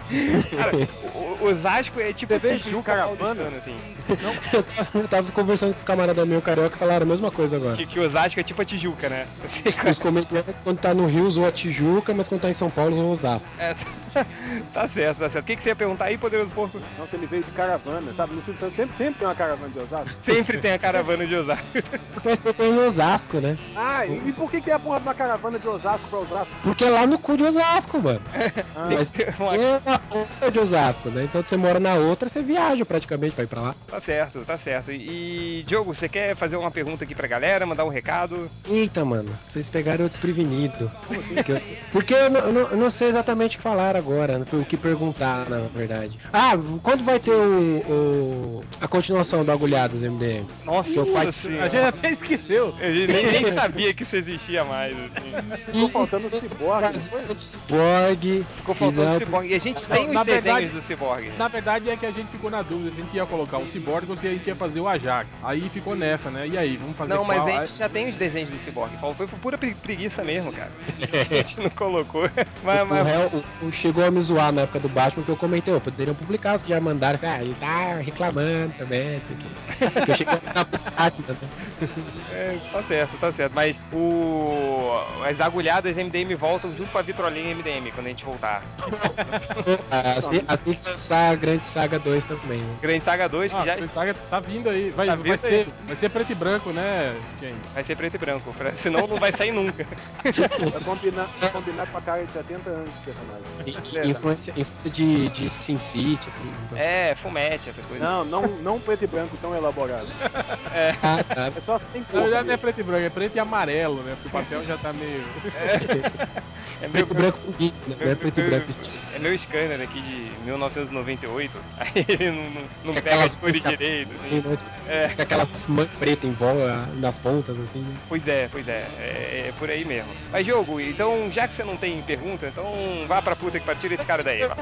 Cara, o- o- Osasco é tipo
veio de
Tijuca
caravana?
paulistano, assim.
Eu tava conversando com os camaradas meu carioca e falaram a mesma coisa agora.
Que, que Osasco é tipo a Tijuca, né? Assim,
é Os comediantes, quando tá no Rio, zoa Tijuca, mas quando tá em São Paulo, zoa Osasco.
é, tá certo, tá certo. O que, que você ia perguntar aí, poderoso porco?
Nossa, ele veio de caravana, sabe? No Silvio Santos sempre, sempre tem uma caravana de Osasco.
Sempre tem a caravana de Osasco.
Mas eu tenho em Osasco, né?
Ah, e, e por que, que é a porra de uma caravana de Osasco pra Osasco?
Porque é lá no cu de Osasco, mano.
Ah.
Mas tem uma outra de Osasco, né? Então você mora na outra, você viaja praticamente pra ir pra lá.
Tá certo, tá certo. E, e, Diogo, você quer fazer uma pergunta aqui pra galera, mandar um recado?
Eita, mano, vocês pegaram eu desprevenido. Porque eu, porque eu, não- eu não- eu não sei exatamente o que falar agora, né, o que perguntar, na verdade. Ah, quando vai ter o, o- a continuação do Agulhados MDM?
Nossa,
Que eu
Nossa
participo.
senhora.
A gente até esqueceu.
Eu assim, nem, nem sabia que isso existia mais. assim.
Ficou faltando o ciborgue, não foi?
Borg.
Ficou faltando o Cyborg. E a gente tem os
na
desenhos
verdade-
do Cyborg.
Na verdade é que a gente ficou na dúvida se a gente ia colocar o Cyborg ou se a gente ia fazer o Ajax. Aí ficou nessa, né? E aí, vamos fazer
Não, mas
qual?
a gente já tem os desenhos do Cyborg. Paulo. Foi por pura pre- preguiça mesmo, cara. A gente não colocou. Mas,
O
mas-
réu É, o- o- chegou a me zoar na época do Batman, que eu comentei, ó, poderiam publicar, os que já mandaram, ah, ele tá reclamando também, não sei o quê. Que eu cheguei na Batman, né?
é, tá certo, tá certo. Mas o. As agulhadas MDM voltam junto com a vitrolinha MDM quando a gente voltar.
assim, assim que lançar a Grande Saga 2 também. né?
Grande Saga 2, que
Ah,
já
a saga tá vindo aí. Vai,
Tá
vai
vindo
ser,
aí.
vai ser preto e branco, né, Ken?
vai ser preto e branco. pra- Senão não vai sair nunca.
Pra combinar, pra combinar com a cara de 70 anos de personagem.
E- e Influência, influência de, de Sin City, assim.
É, fumete, essas coisas.
Não, não, não preto e branco tão elaborado.
Ah, tá.
É só sem
Na
cor.
verdade não é preto e branco, é preto e amarelo, né? Porque o papel já tá meio.
É meu,
Preto e branco bonito, né? Não é preto e branco estilo.
é meu scanner aqui de 1998. Aí ele não, não- não pega as
aquelas
cores
marcas,
direito.
Assim,
Assim.
né?
É.
Com aquelas mãos pretas em volta nas pontas, assim. né?
Pois é, pois é, é, é por aí mesmo. Mas, Diogo, então, já que você não tem pergunta, então vá pra puta que pariu, tira esse cara daí. vá.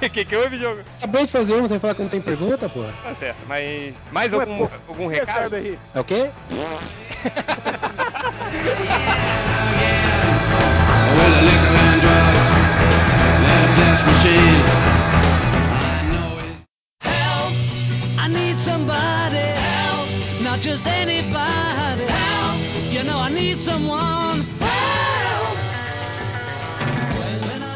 que, que, que houve, Diogo?
Acabei de fazer uma sem falar que não tem pergunta, porra.
Tá certo, mas mais
Ué,
algum,
pô,
algum
Esse cara
recado?
daí.
É o quê?
Help! I need somebody. Help! Not just anybody. Help! You know I need someone. Help!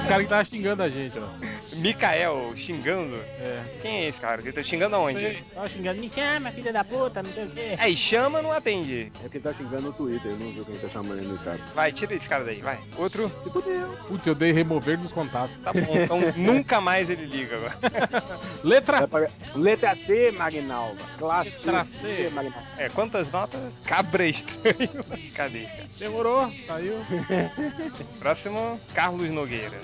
Esse cara que tava xingando a gente, ó.
Mikael xingando?
É.
Quem é esse cara? Ele tá xingando aonde?
Tava xingando.
Me chama, filha da puta, não sei o quê.
Aí chama, não atende.
É que ele tá xingando no Twitter, ele não viu quem tá chamando ele no cara.
Vai, tira esse cara daí, vai. Outro,
Se fudeu.
Putz, eu dei remover dos contatos.
tá bom. Então nunca mais ele liga agora.
Letra
Vai pra- Letra C, Magnalva. Classe
Letra C.
Magnalva.
É, quantas notas? Cabra estranho. Cadê esse cara?
demorou, saiu.
Próximo, Carlos Nogueira.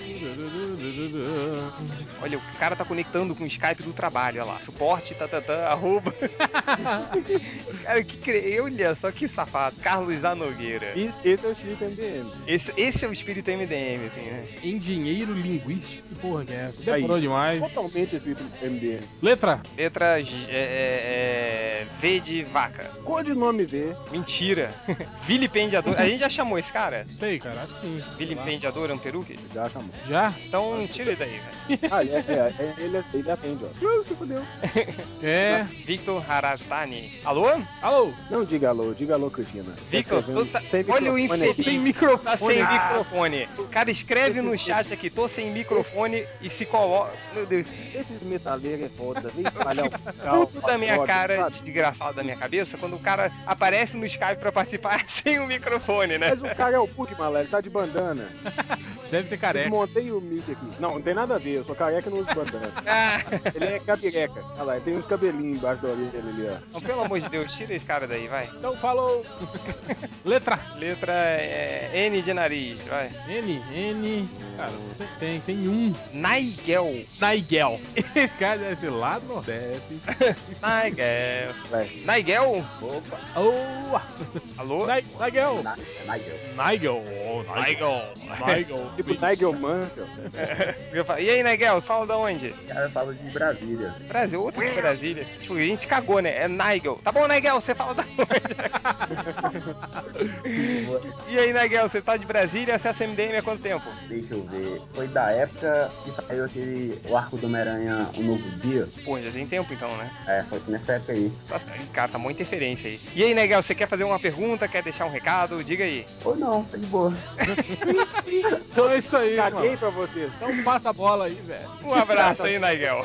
Olha, o cara tá conectando com o Skype do trabalho, olha lá. Suporte, tatatã, arroba. cara, que cre... Olha só que safado. Carlos A. Nogueira.
Esse esse é o Chico MDM.
Esse, esse é o espírito MDM, assim, né?
Engenheiro linguístico. Que porra que é essa? Demorou
Aí.
demais.
Totalmente espírito MDM.
Letra.
Letra G- é, é, é, V de vaca.
Codinome V.
Mentira. Vilipendiador. A gente já chamou esse cara?
Não sei, cara. acho que Sim.
Vilipendiador Amperuque?
Já chamou.
Já?
Então tira ele daí, velho.
Ah, é, é, é, ele, ele atende, ó. Uh, se fudeu.
É.
Victor Harastani. Alô?
Alô?
Não diga alô, diga alô, Cristina.
Victor,
Tá escrevendo
tu tá-
sem
olha o
microfone aqui.
infeliz.
Sem
Tá
microfone.
sem microfone. O cara escreve no chat aqui, tô sem microfone e se coloca. Meu Deus,
Esses metaleiros é foda, vem espalhar o
tudo da minha
droga,
cara,
sabe?
desgraçado da minha cabeça, quando o cara aparece no Skype pra participar é sem o microfone, né?
Mas o cara é o Pugman, ele tá de bandana.
Deve ser careca.
Desmontei o mic aqui. Não, não tem nada a ver, eu sou careca e não uso bandana.
Ah,
Ele é capireca. Olha lá, ele tem uns cabelinhos embaixo da orelha dele ali, ó.
não, pelo amor de Deus, tira esse cara daí, vai.
Então falou. Letra
Letra é, N de nariz, vai.
N, N. Cara, tem, tem um.
Naigel.
Naigel. Esse cara deve ser lá do Nordeste.
Naigel.
Vai.
Naigel?
Opa,
Oh,
Alô?
Naigel.
na- Nigel.
Nigel. Oh, Nigel. Nigel.
Tipo Nigel Mansell.
Eu falo, E aí, Naigel, você fala de onde?
Cara, fala de Brasília.
Brasil, outro de Brasília. Tipo, a gente cagou, né? É Nigel. Tá bom, Nigel, você fala da E aí, Nigel, você tá de Brasília, acessa o MDM há quanto tempo?
Deixa eu ver. Foi da época que saiu aquele O Arco do Homem-Aranha O Novo Dia.
Pô, já tem tempo então, né?
É, foi nessa época aí.
Nossa, cara, tá mó interferência aí. E aí, Nigel, você quer fazer uma pergunta, quer deixar um recado, diga aí.
Ou não, tá de boa.
Então é isso aí,
Caguei
mano.
pra você.
Então passa a bola aí, velho.
Um abraço aí, Nigel.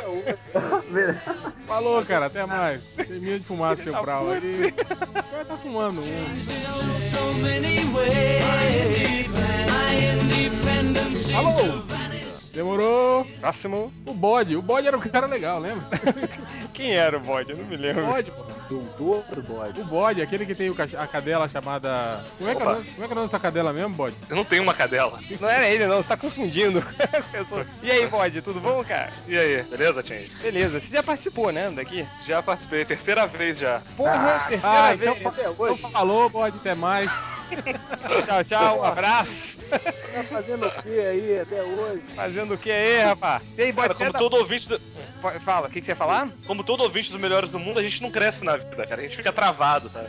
Falou, cara. Até mais. Tem medo de fumar seu brau aí. O cara tá fumando um. Alô? Demorou.
Próximo.
O bode. O bode era um cara legal, lembra?
Quem era o bode? Eu não me lembro.
O bode, pô.
Doutor bode.
O bode, aquele que tem o cach- a cadela chamada. Como é, que é o
Opa.
nome- como é que é o nome da sua cadela mesmo, bode?
Eu não tenho uma cadela.
Não era ele, não, você tá confundindo. Eu sou- E aí, bode, tudo bom, cara?
E aí, beleza, Change?
Beleza, você já participou, né, daqui?
Já participei, terceira vez já.
Porra,
Ah,
terceira
ah,
vez.
então Então falou, bode. Até mais.
Tchau, tchau, um abraço.
Tá fazendo o que aí até hoje?
Fazendo o que aí, rapaz? E aí,
Cara,
bode, você é
como
da-
todo ouvinte do...
Po- Fala, o que, que você ia falar?
Como todo ouvinte dos melhores do mundo, a gente não cresce na vida, cara. A gente fica travado, sabe?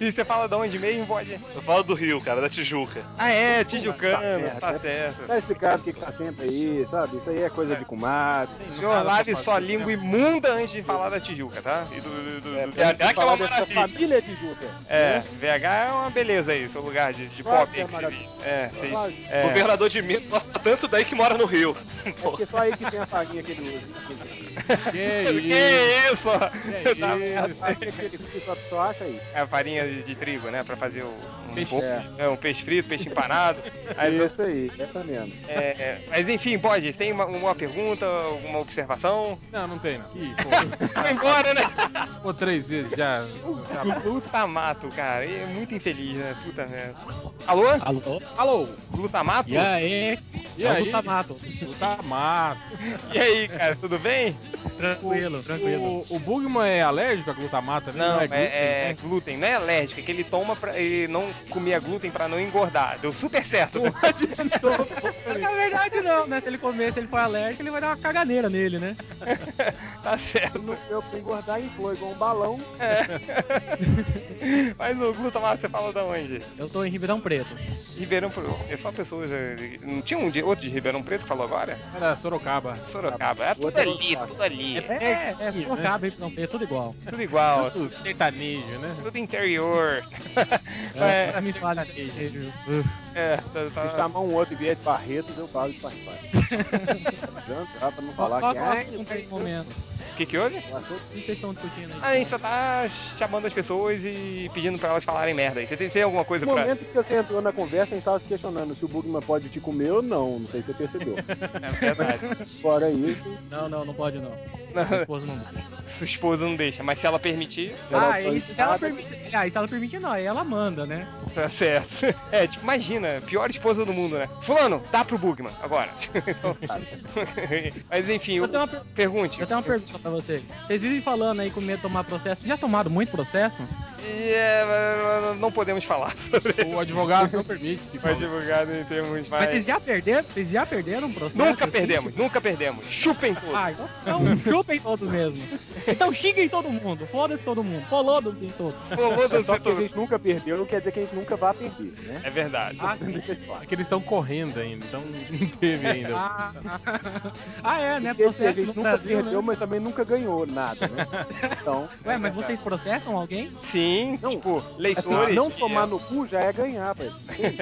e você fala de onde mesmo, bode?
Eu falo do Rio, cara, da Tijuca.
Ah, é, Tijucano,
merda.
tá certo.
Tá explicado o que que tá sempre aí, sabe? Isso aí é coisa de comadre.
Senhor, lave sua
né?
língua imunda antes de falar da Tijuca, tá? E do, do, do- do-
BH que é
Falar
uma
dessa
maravilha.
família de Juca.
É, VH é uma beleza aí, seu lugar de, de
Claro
pop
que é
aí que se
maravilha.
diz. É, vocês.
Claro.
É,
Governador de Minas gosta tanto daí que mora no Rio.
É porque só aí que tem a farinha que ele usa.
Que
que
isso.
isso?
Que
Tá
isso.
A farinha que ele usa, só, só acha aí.
É a farinha de, de trigo, né? Pra fazer o, um,
Peixe.
bolo. é, um peixe frito, peixe empanado. Aí,
Isso aí, essa mesmo.
é, é, mas enfim, pode, tem uma, uma pergunta, alguma observação?
Não, não tem, não. Ih,
Vai embora, né?
pô. Pô, três vezes já. já-
Glutamato, cara. É muito infeliz, né? Puta merda. Alô?
Alô?
Alô?
Glutamato?
E aí?
E É aí?
Tá mato.
Tá mato.
E aí, cara, tudo bem?
Tranquilo, tranquilo.
O, o Bugman é alérgico a glutamato também?
Não, é,
glúten,
é
né?
glúten, não é alérgico, é que ele toma pra. Ele não comia glúten pra não engordar. Deu super certo. né?
Na verdade, não, né? Se ele comer, se ele for alérgico, ele vai dar uma caganeira nele, né?
tá certo.
Não deu pra engordar em flor igual um balão.
É. Mas o glutamato você fala de onde?
Eu tô em Ribeirão Preto.
Ribeirão Preto. É só pessoas. é, Não tinha um de, outro de Ribeirão Preto que falou agora?
Era É Sorocaba. né?
Sorocaba. É tudo ali, tudo ali. É
É, é, Sorocaba, Ribeirão Preto, tudo igual.
tudo igual.
Tudo sertanejo, né?
Tudo interior.
É,
É,
me fala isso aí, gente.
é, tá- tá-
Se chamar um outro e vier de Barretos, eu falo de Parpate. Tanto dá pra não
Qual
falar
qual
que assim.
é o assunto aí do momento?
O que que houve?
"Ah, passou
O que vocês estão discutindo aí?
A gente só tá chamando as pessoas e pedindo pra elas falarem merda. aí. Você tem, você tem alguma coisa
No
pra.
momento que você entrou na conversa, a gente tava se questionando se o Bugman pode te comer ou não. Não sei se você percebeu.
É verdade.
Fora isso,
Não, não, não pode não. Minha
Não,
esposa não deixa.
sua esposa não deixa, mas se ela permitir,
Ela
Ah, e se, se ela
autorizada.
permite. Ah, e se ela permite, não. Aí ela manda, né?
tá certo. É, tipo, imagina, pior esposa do mundo, né? Fulano, dá pro Bugman agora. Então, mas enfim,
Eu
eu...
tenho uma, per-
pergunte.
eu tenho uma pergunta pra vocês. Vocês vivem falando aí com medo de tomar processo. Vocês já tomaram muito processo?
E, é, não podemos falar sobre
O advogado não permite que
o
fale.
advogado em termos
Mas vocês
mais.
já perderam? Vocês já perderam um processo?
Nunca
assim?
perdemos, nunca perdemos. Chupem tudo.
Ah, então, então chupem todos mesmo. Então xinguem todo mundo. Foda-se todo mundo. Folodos em todos.
Falou do
só que a
setor.
gente nunca perdeu, não quer dizer que a gente nunca vai perder, né?
É verdade.
Ah, sim.
Deixa eu te falar.
É que eles estão correndo ainda, então não teve ainda.
Ah, ah, é, né?
Porque assim, a
Processo
gente
no
nunca
Brasil,
perdeu,
né?
mas também nunca ganhou nada, né? Então,
Ué, mas
É
vocês processam alguém? É
Sim,
Não,
tipo,
assim,
leitores.
não
que-
tomar no cu já é ganhar, velho.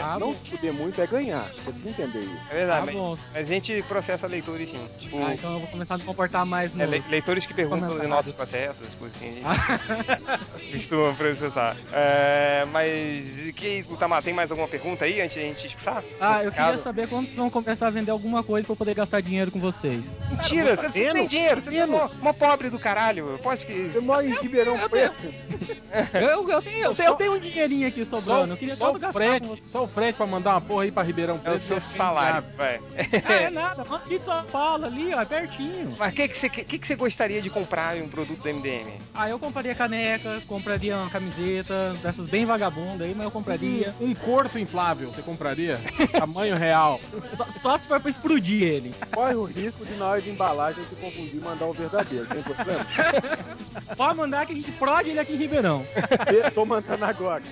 Ah,
Não
bom.
fuder muito é ganhar. Você precisa entender isso.
É verdade,
Tá
mas-
bom.
Mas a gente processa leitores sim. Tipo,
Ah, então eu vou começar a me comportar mais no.
é, le- leitores que perguntam sobre
comentários.
nossos processos, essas coisas assim, a gente costuma processar. É, mas e que Gutamar, tem mais alguma pergunta aí antes da gente expulsar?
Ah, eu queria
Obrigado.
saber quando vocês vão começar a vender alguma coisa pra eu poder gastar dinheiro com vocês.
Mentira, você você tem dinheiro, você é mó, mó pobre do caralho. Eu posso que.
Você mora em Ribeirão
eu-
Preto?
Eu, eu tenho, eu, tenho, eu tenho um dinheirinho aqui
Só,
sobrando. Eu queria
só
todo
o
gastar com vocês.
frete, só o frete pra mandar uma porra aí pra Ribeirão
É
Preto.
o seu
ia ser
salário,
inviável.
vai.
Ah, é nada. Manda aqui de São Paulo ali, ó, é pertinho.
Mas o que, que, você, que, que você gostaria de comprar em um produto do MDM?
Ah, eu compraria caneca, compraria uma camiseta, dessas bem vagabundas aí, mas eu compraria.
Um corto inflável, você compraria? Tamanho real.
Só, só se for pra explodir ele.
Corre o risco de na hora de embalagem se confundir e mandar o verdadeiro. Tem problema?
Pode mandar que a gente explode ele aqui em Ribeirão.
É
Eu tô mandando agora.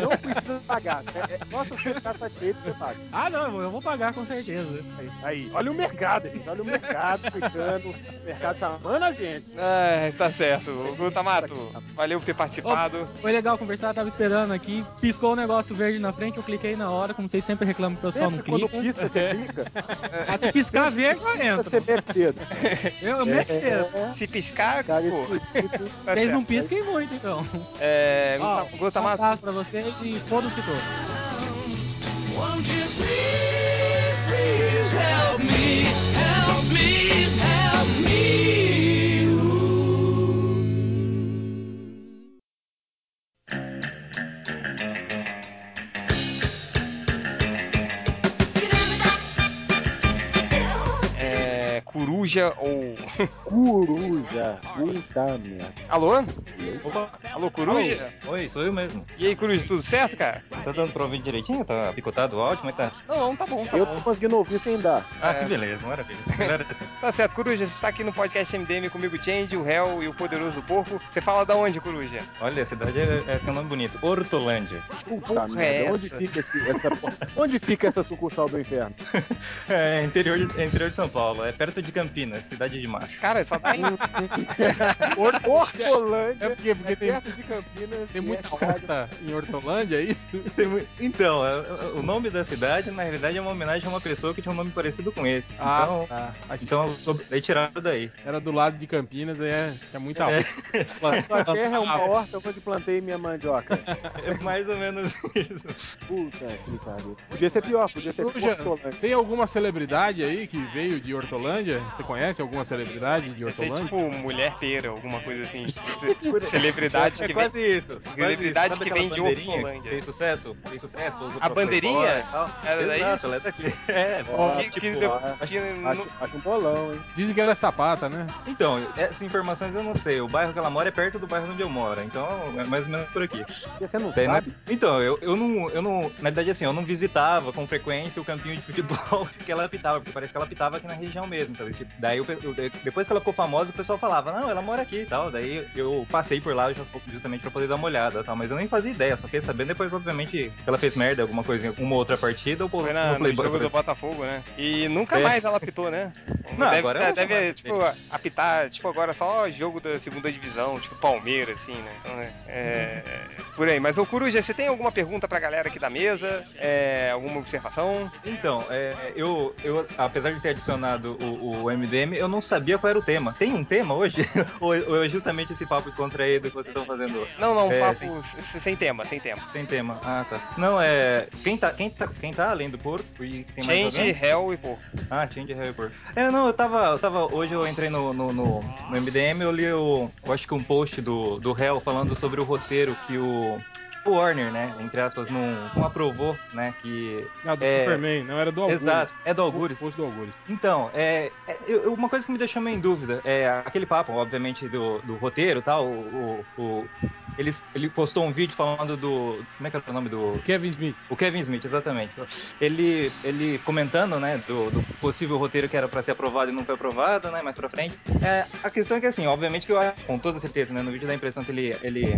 Não precisa pagar. É, é, posso ficar satisfeito que eu pago.
Ah, não, eu vou- eu vou pagar com certeza.
Aí, olha o mercado, gente. Olha o mercado ficando. Mercado semana, gente.
É, tá certo. Gutamato, valeu por ter participado.
Foi legal conversar, tava esperando aqui. Piscou um negócio verde na frente, eu cliquei na hora, como vocês sempre reclamam que o pessoal não
Sempre quando
clica. É.
pisca, você clica.
Mas se piscar verde, eu entro.
Você mete dedo.
É.
Eu, eu meto dedo.
Se piscar, tá
pô. Vocês
um
não pisquem muito, então.
É,
Ó,
Guta-
um
Gutamato.
abraço pra vocês e foda-se todo.
Won't you please, please help me, help me, help me?
É, coruja ou.
Coruja. Puta merda.
Alô? Alô, coruja?
Oi, sou eu mesmo.
E aí, Coruja, tudo certo, cara?
Tá dando pra ouvir direitinho? Tá picotado o áudio? Como é que tá?
Não, não, tá bom, tá
Eu
bom.
tô conseguindo ouvir sem dar.
Ah,
É.
que beleza, maravilha. Galera,
Tá certo, Coruja, você está aqui no podcast MDM comigo, Change, o Hell e o Poderoso Porco. Você fala da onde, Coruja?
Olha, a cidade é, é, tem um nome bonito. Hortolândia.
Puta merda. Onde fica, esse- essa, onde fica essa sucursal do inferno?
É interior, de- é interior de São Paulo, é perto de Campinas, cidade de macho.
Cara, só tá em...
Hortolândia.
É porque, porque tem,
de Campinas. é
tem muita horta em Hortolândia, é isso?
Então, é- é- o nome da cidade, na realidade, é uma homenagem a uma pessoa que tinha um nome parecido com esse.
Ah,
então,
tá.
então sobre, daí tiraram daí.
Era do lado de Campinas, aí é, é muita
É.
horta.
Sua terra é uma horta onde plantei minha mandioca.
É mais ou menos isso.
Puta que pariu. Podia ser pior, podia ser
Coruja,
Hortolândia.
tem alguma celebridade aí que veio de Hortolândia? Você conhece alguma celebridade de
Deve ser
Hortolândia?
tipo mulher pera, alguma coisa assim. Celebridade
é,
que
quase
vem.
isso. quase
Celebridade
isso. Sabe
que
aquela
vem de
bandeirinha que
Hortolândia.
Fez sucesso, fez sucesso. usou
A
pra
bandeirinha?
Playboy e tal.
Ela daí?
Exato, ela é daqui. É,
Ó,
tipo,
que- que-
acho-
que-
acho-
acho um bolão, hein?
Dizem que ela é sapata, né?
Então, essas informações eu não sei. O bairro que ela mora é perto do bairro onde eu moro, então é mais ou menos por aqui.
Você não
Daí, né?
sabe?
Então, eu, eu não. Eu não. Na verdade, assim, eu não visitava com frequência o campinho de futebol que ela apitava, porque parece que ela apitava aqui na região mesmo. Então, tipo, daí eu, depois que ela ficou famosa, o pessoal falava, não, ela mora aqui e tal. Daí eu passei por lá ju- justamente pra poder dar uma olhada, tá? Mas eu nem fazia ideia, só fiquei sabendo depois, obviamente, que ela fez merda, alguma coisa, alguma outra partida, ou
Foi na, no jogo do Botafogo, né? E nunca
É.
mais ela apitou, né?
Não,
deve,
agora ela
deve,
nunca mais
tipo, apitar, tipo, agora só jogo da segunda divisão, tipo Palmeiras, assim, né? Então, é, é, por aí. Mas, ô Coruja, você tem alguma pergunta pra galera aqui da mesa? É, alguma observação?
Então, é, eu, eu, apesar de ter adicionado o, o MDM, eu não sabia qual era o tema. Tem um tema hoje? ou, ou é justamente esse papo descontraído que vocês estão fazendo?
Não, não,
É,
papo
sem-
s- sem tema, sem tema.
Sem tema, ah tá. Não, é. Quem tá, quem tá, quem tá além do porco e tem mais
Change,
alguém?
Hell e Porco.
Ah, Change Hell e Porco. É, não, eu tava, eu tava. Hoje eu entrei no, no, no, no MDM, eu li o. Eu acho que um post do, do Hell falando sobre o roteiro que o. que o Warner, né? Entre aspas, não, não aprovou, né? Que.
Não, Ah, do
é,
Superman, não, era do Algures.
Exato, é do Algures.
Posto do Algures.
Então, é, é, eu- uma coisa que me deixou meio em dúvida é aquele papo, obviamente, do, do roteiro e tal. O, o- o- ele, ele postou um vídeo falando do. Como é que era o nome do.
Kevin Smith.
O Kevin Smith, exatamente. Ele, ele comentando, né, do, do possível roteiro que era pra ser aprovado e não foi aprovado, né, mais pra frente. É, a questão é que, assim, obviamente que eu acho, com toda certeza, né, no vídeo dá a impressão que ele, ele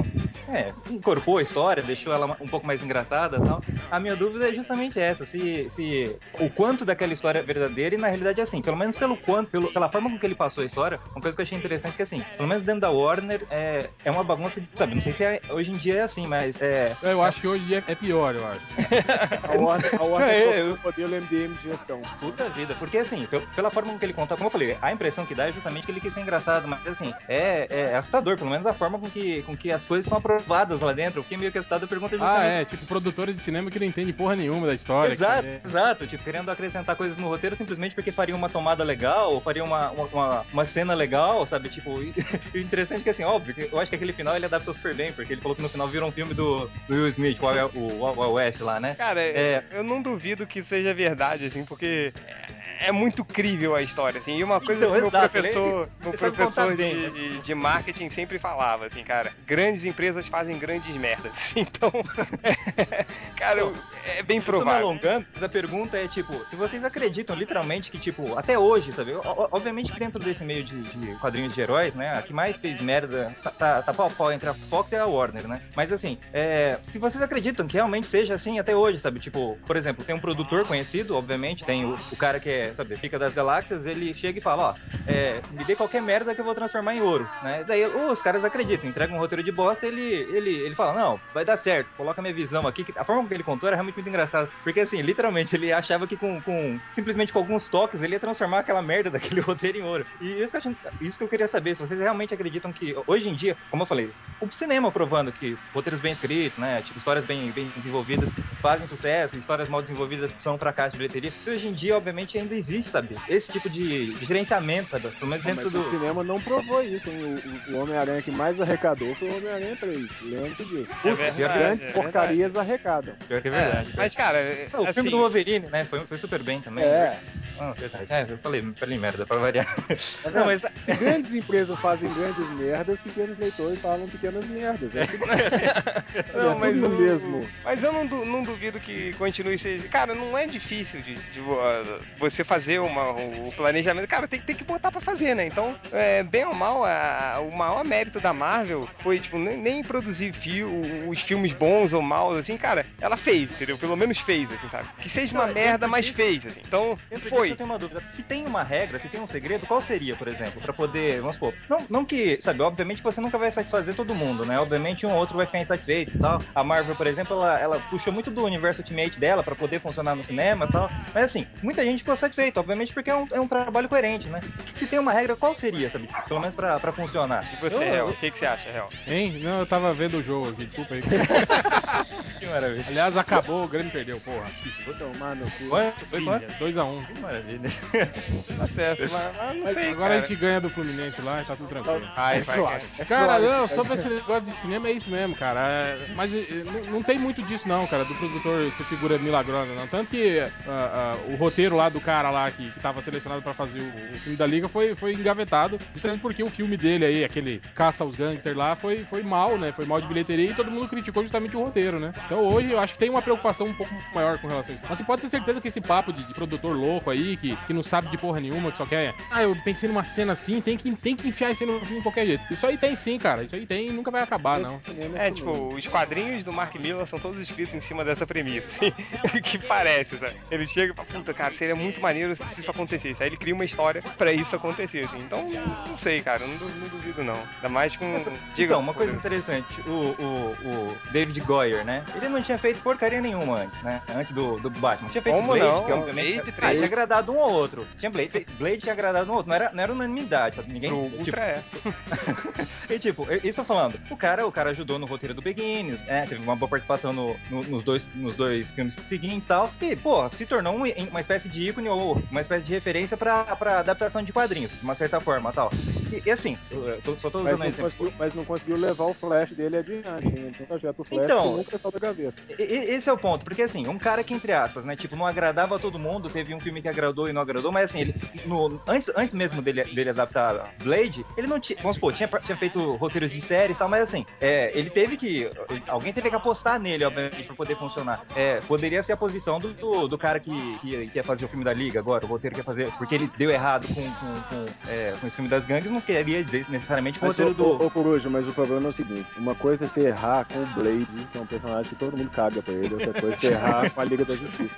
é, incorporou a história, deixou ela um pouco mais engraçada e tal. A minha dúvida é justamente essa, se, se o quanto daquela história é verdadeira e na realidade assim, pelo menos pelo quanto, pelo- pela forma com que ele passou a história, uma coisa que eu achei interessante é que assim, pelo menos dentro da Warner é, é uma bagunça, sabe, não sei se é- hoje em dia é assim, mas é...
Eu acho que hoje é, é pior, eu acho.
A horta, a horta
É,
é,
eu-
o modelo MDM de gestão.
Puta vida, porque assim, pel- pela forma com que ele conta, como eu falei, a impressão que dá é justamente que ele quis ser engraçado, mas assim, é, é assustador, pelo menos a forma com que, com que as coisas são aprovadas lá dentro. Eu fiquei meio que assustado, eu perguntei
Ah,
justamente.
é, tipo produtores de cinema que não entendem porra nenhuma da história. que
Exato,
é-
exato, tipo, querendo acrescentar coisas no roteiro simplesmente porque faria uma tomada legal, ou faria uma, uma, uma, uma cena legal, sabe? Tipo, e e o interessante é que assim, óbvio, que eu acho que aquele final ele adaptou super bem, porque ele falou que no final virou um filme do, do Will Smith, o Wild- o Wild Wild West lá, né?
Cara,
É.
eu não duvido que seja verdade, assim, porque é muito crível a história, assim. E uma coisa
Então,
que meu
exato,
professor,
ele-
meu
ele sabe
professor
contar
de,
bem, né?
de- de marketing sempre falava, assim, cara, grandes empresas fazem grandes merdas. Então, cara, eu- é bem
Eu tô
provável.
me alongando, mas a pergunta é, tipo, se vocês acreditam literalmente que, tipo, até hoje, sabe? O- o- Obviamente que dentro desse meio de, de quadrinhos de heróis, né? A que mais fez merda tá, tá, tá pau a pau entre a Fox e a Warner, né? Mas assim, é, se vocês acreditam que realmente seja assim até hoje, sabe? Tipo, por exemplo, tem um produtor conhecido, obviamente, tem o, o cara que é quer saber, Pica das Galáxias, ele chega e fala, ó, é, me dê qualquer merda que eu vou transformar em ouro, né? Daí ô, os caras acreditam, entregam um roteiro de bosta, ele, ele, ele fala, não, vai dar certo, coloca minha visão aqui. que- A forma que ele contou era realmente muito engraçada, porque assim, literalmente, ele achava que com, com simplesmente com alguns toques, ele ia transformar aquela merda daquele roteiro em ouro. E isso que, eu acho- isso que eu queria saber, se vocês realmente acreditam que, hoje em dia, como eu falei, o cinema provando que roteiros bem escritos, né, tipo, histórias bem, bem desenvolvidas fazem sucesso, histórias mal desenvolvidas são um fracasso de bilheteria, isso hoje em dia, obviamente, ainda existe, sabe? Esse tipo de gerenciamento, sabe? Pelo menos
Ah,
dentro
mas
do...
O cinema não provou isso, hein? O, o- o Homem-Aranha que mais arrecadou foi o Homem-Aranha 3. Lembra disso.
É
Putz,
verdade,
grandes
é
porcarias arrecadam.
Pior que é verdade.
mas, cara, é,
o
assim-
filme do Wolverine, né? Foi, foi super bem também.
É.
Ah, verdade. É, eu falei, falei merda, pra variar.
Tá vendo?
Não, mas.
Se grandes empresas fazem grandes merdas, pequenos leitores falam pequenas merdas. É tudo-
Não,
é
mas
tudo
o-
mesmo.
Mas eu não, du- não duvido que continue ser. Cara, não é difícil de, de vo- ah, você fazer uma- o planejamento. Cara, tem, que- tem que botar pra fazer, né? Então, é, bem ou mal, a- o maior mérito da Marvel foi, tipo, nem, nem produzir fio, os filmes bons ou maus, assim, cara, ela fez, entendeu? Pelo menos fez, assim, sabe? Que seja uma
Não,
merda,
dentro
mas
disso-
fez, assim. Então,
Dentro
foi.
disso eu tenho uma dúvida. Se tem uma regra, se tem um segredo, qual seria, por exemplo, pra poder, vamos supor, não, não que, sabe, obviamente você nunca vai satisfazer todo mundo, né? Obviamente um ou outro vai ficar insatisfeito e tal. A Marvel, por exemplo, ela, ela puxou muito do universo Ultimate dela pra poder funcionar no cinema e tal. Mas assim, muita gente ficou satisfeita, obviamente, porque é um, é um trabalho coerente, né? Se tem uma regra, qual seria, sabe? Pelo menos pra, pra funcionar.
E você,
eu,
Hel, o que, que você acha, Hel?
Hein? Não, eu tava vendo o jogo aqui, desculpa aí.
que maravilha.
Aliás, acabou, o Grêmio perdeu, porra.
Vou tomar no cu.
Quanto? Foi quanto?
2x1. Um.
Que maravilha.
Tá certo, mas,
Ah,
mas não
Mas
sei.
Agora
cara.
a gente ganha do Fluminense lá e tá tudo tranquilo.
Ai, vai,
Claro.
cara.
É Cara,
Claro.
não, sobre esse negócio de cinema é isso mesmo, cara. É, Mas é, não- não tem muito disso, não, cara, do produtor ser figura milagrosa, não. Tanto que ah, ah, o roteiro lá do cara lá que, que tava selecionado pra fazer o, o filme da Liga foi, foi engavetado, justamente porque o filme dele aí, aquele Caça aos Gangsters lá, foi, foi mal, né? Foi mal de bilheteria e todo mundo criticou justamente o roteiro, né? Então hoje eu acho que tem uma preocupação um pouco maior com relação a isso. Mas você pode ter certeza que esse papo de, de produtor louco aí, que, que não sabe de porra nenhuma, que só quer. Ah, eu pensei numa cena assim, tem que, tem que enfiar isso aí no filme de qualquer jeito. Isso aí tem sim, cara. Isso aí tem e nunca vai acabar, não.
É, tipo, os quadrinhos do Mark Miller são todos escritos em cima dessa premissa, assim, que parece, sabe? Ele chega e fala, puta, cara, seria muito maneiro se isso acontecesse. Aí ele cria uma história pra isso acontecer, assim. Então, não sei, cara, não, du- não duvido, não. Ainda mais com... Diga,
então, uma coisa interessante, o, o, o David Goyer, né? Ele não tinha feito porcaria nenhuma antes, né? Antes do, do Batman. Tinha feito
Como
Blade,
não?
que obviamente
Blade
ah,
três. né?
tinha agradado um ao outro. Tinha Blade, Blade tinha agradado um ao outro. Não era, não era unanimidade, sabe? Ninguém.
Pro
tipo,
Ultra é.
e tipo, eu- isso eu tô falando. O cara, o cara ajudou no roteiro do Beginnings, né? Teve uma boa participação no- no- nos, dois, nos dois filmes seguintes e tal. E, pô, se tornou um- uma espécie de ícone ou uma espécie de referência pra, pra adaptação de quadrinhos, de uma certa forma tal. E, e assim, eu- eu tô- só tô
Mas
usando um
não,
exemplo.
conseguiu, mas não conseguiu levar o Flash dele adiante. né? Então, o projeto Flash
Então.
então, nunca saiu da gaveta.
E- e- Esse é o ponto, porque assim, um cara que, entre aspas, né, tipo, não agradava a todo mundo, teve um filme que agradou e não agradou, mas assim, ele, no, antes, antes mesmo dele, dele adaptar Blade, ele não tinha, vamos supor, tinha, tinha feito roteiros de séries e tal, mas assim, é, ele teve que, alguém teve que apostar nele, obviamente, pra poder funcionar. É, poderia ser a posição do, do, do cara que, que, que ia fazer o filme da Liga agora, o roteiro que ia fazer, porque ele deu errado com, com, com, é, com esse filme das gangues, não queria dizer necessariamente que o
Mas,
roteiro
ô,
do...
ô, ô, Coruja, mas o problema é o seguinte: uma coisa é você errar com o Blade, que é um personagem que todo mundo caga pra ele, outra coisa é você errar com a Liga da Justiça.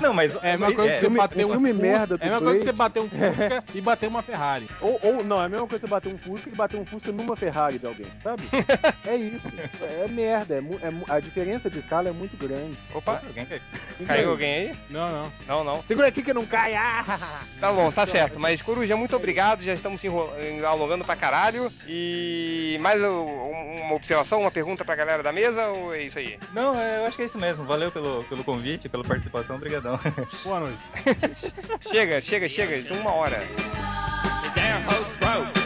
Não, mas...
É uma coisa que você bater um
filme
Fusca-
merda do
É uma coisa que
Blade.
você bater um Fusca e bater uma Ferrari.
Ou, ou não, é a mesma coisa você bater um Fusca e bater um Fusca numa Ferrari de alguém, sabe? é isso. É, é merda. É, mu- é mu- a diferença de escala é muito grande.
Opa,
alguém caiu.
Caiu alguém aí?
Não, não.
Não, não.
Segura aqui que não cai. Ah!
Tá bom, tá certo. Mas, Coruja, muito obrigado. Já estamos se enro- alongando pra caralho. E mais um- uma observação, uma pergunta pra galera da mesa ou é isso aí?
Não, é, eu acho que é isso mesmo. Valeu pelo, pelo convite, pela participação, obrigadão.
Boa noite.
啊 chega, chega, chega. Tem uma hora.
The damn hoes broke.